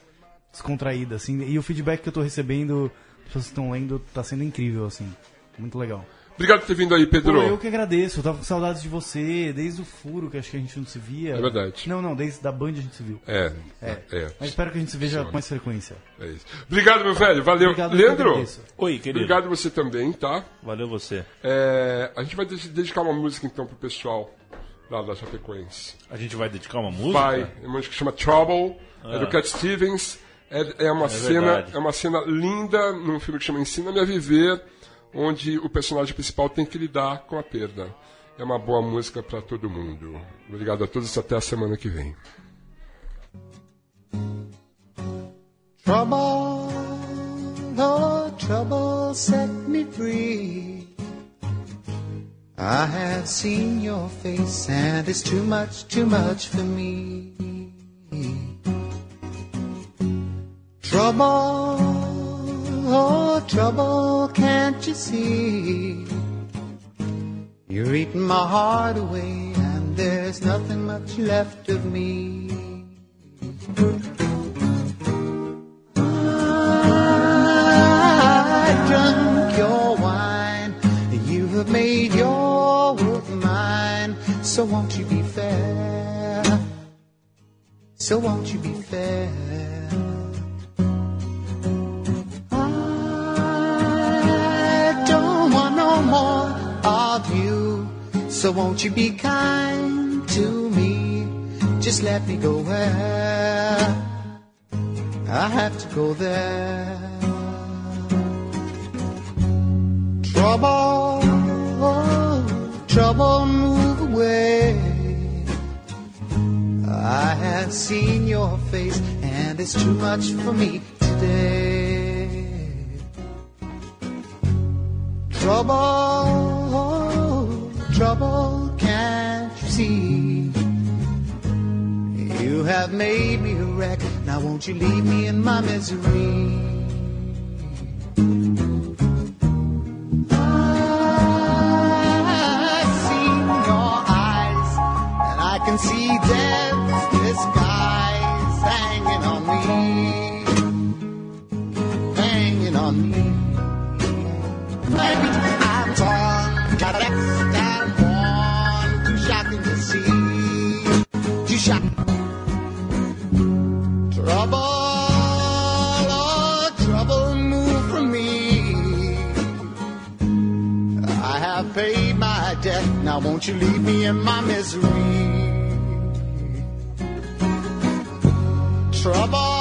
F: descontraída, assim. E o feedback que eu tô recebendo, as pessoas que estão lendo, tá sendo incrível, assim. Muito legal.
B: Obrigado por ter vindo aí,
F: Pô,
B: Pedro.
F: eu que agradeço. Eu tava com saudades de você, desde o furo, que acho que a gente não se via.
B: É verdade.
F: Não, não, desde da Band a gente se viu.
B: É,
F: É.
B: é,
F: Mas espero que a gente se veja com mais frequência.
B: é isso. Obrigado, meu velho. Valeu.
F: Obrigado, eu que
B: Leandro,
F: agradeço.
C: Oi, querido.
B: obrigado você também, tá?
C: Valeu você.
B: É, a gente vai de- dedicar uma música então pro pessoal lá da Chapecoense.
C: A gente vai dedicar uma música? Ah.
B: Vai, é uma música que chama Trouble, é do Cat Stevens. É, é uma cena,
C: verdade.
B: é uma cena linda num filme que chama Ensina-me a Viver, onde o personagem principal tem que lidar com a perda. É uma boa música pra todo mundo. Obrigado a todos, até a semana que vem.
G: Trouble, Lord, trouble set me free. I have seen your face, and it's too much, too much for me. Trouble, oh, trouble, can't you see? You're eating my heart away, and there's nothing much left of me. I drunk your wine, and you have made your world mine. So won't you be fair? So won't you be fair? I don't want no more of you. So won't you be kind to me? Just let me go where. I have to go there. Trouble, trouble, move away. I have seen your face, and it's too much for me today. Trouble, trouble, can't you see? You have made me a wreck. Now won't you leave me in my misery? I've seen your eyes, and I can see death's disguise hanging on me, hanging on me. Maybe I'm torn, got X and worn, too shocking to see, too shocking. Trouble, oh, trouble, move from me. I have paid my debt. Now won't you leave me in my misery? Trouble, oh,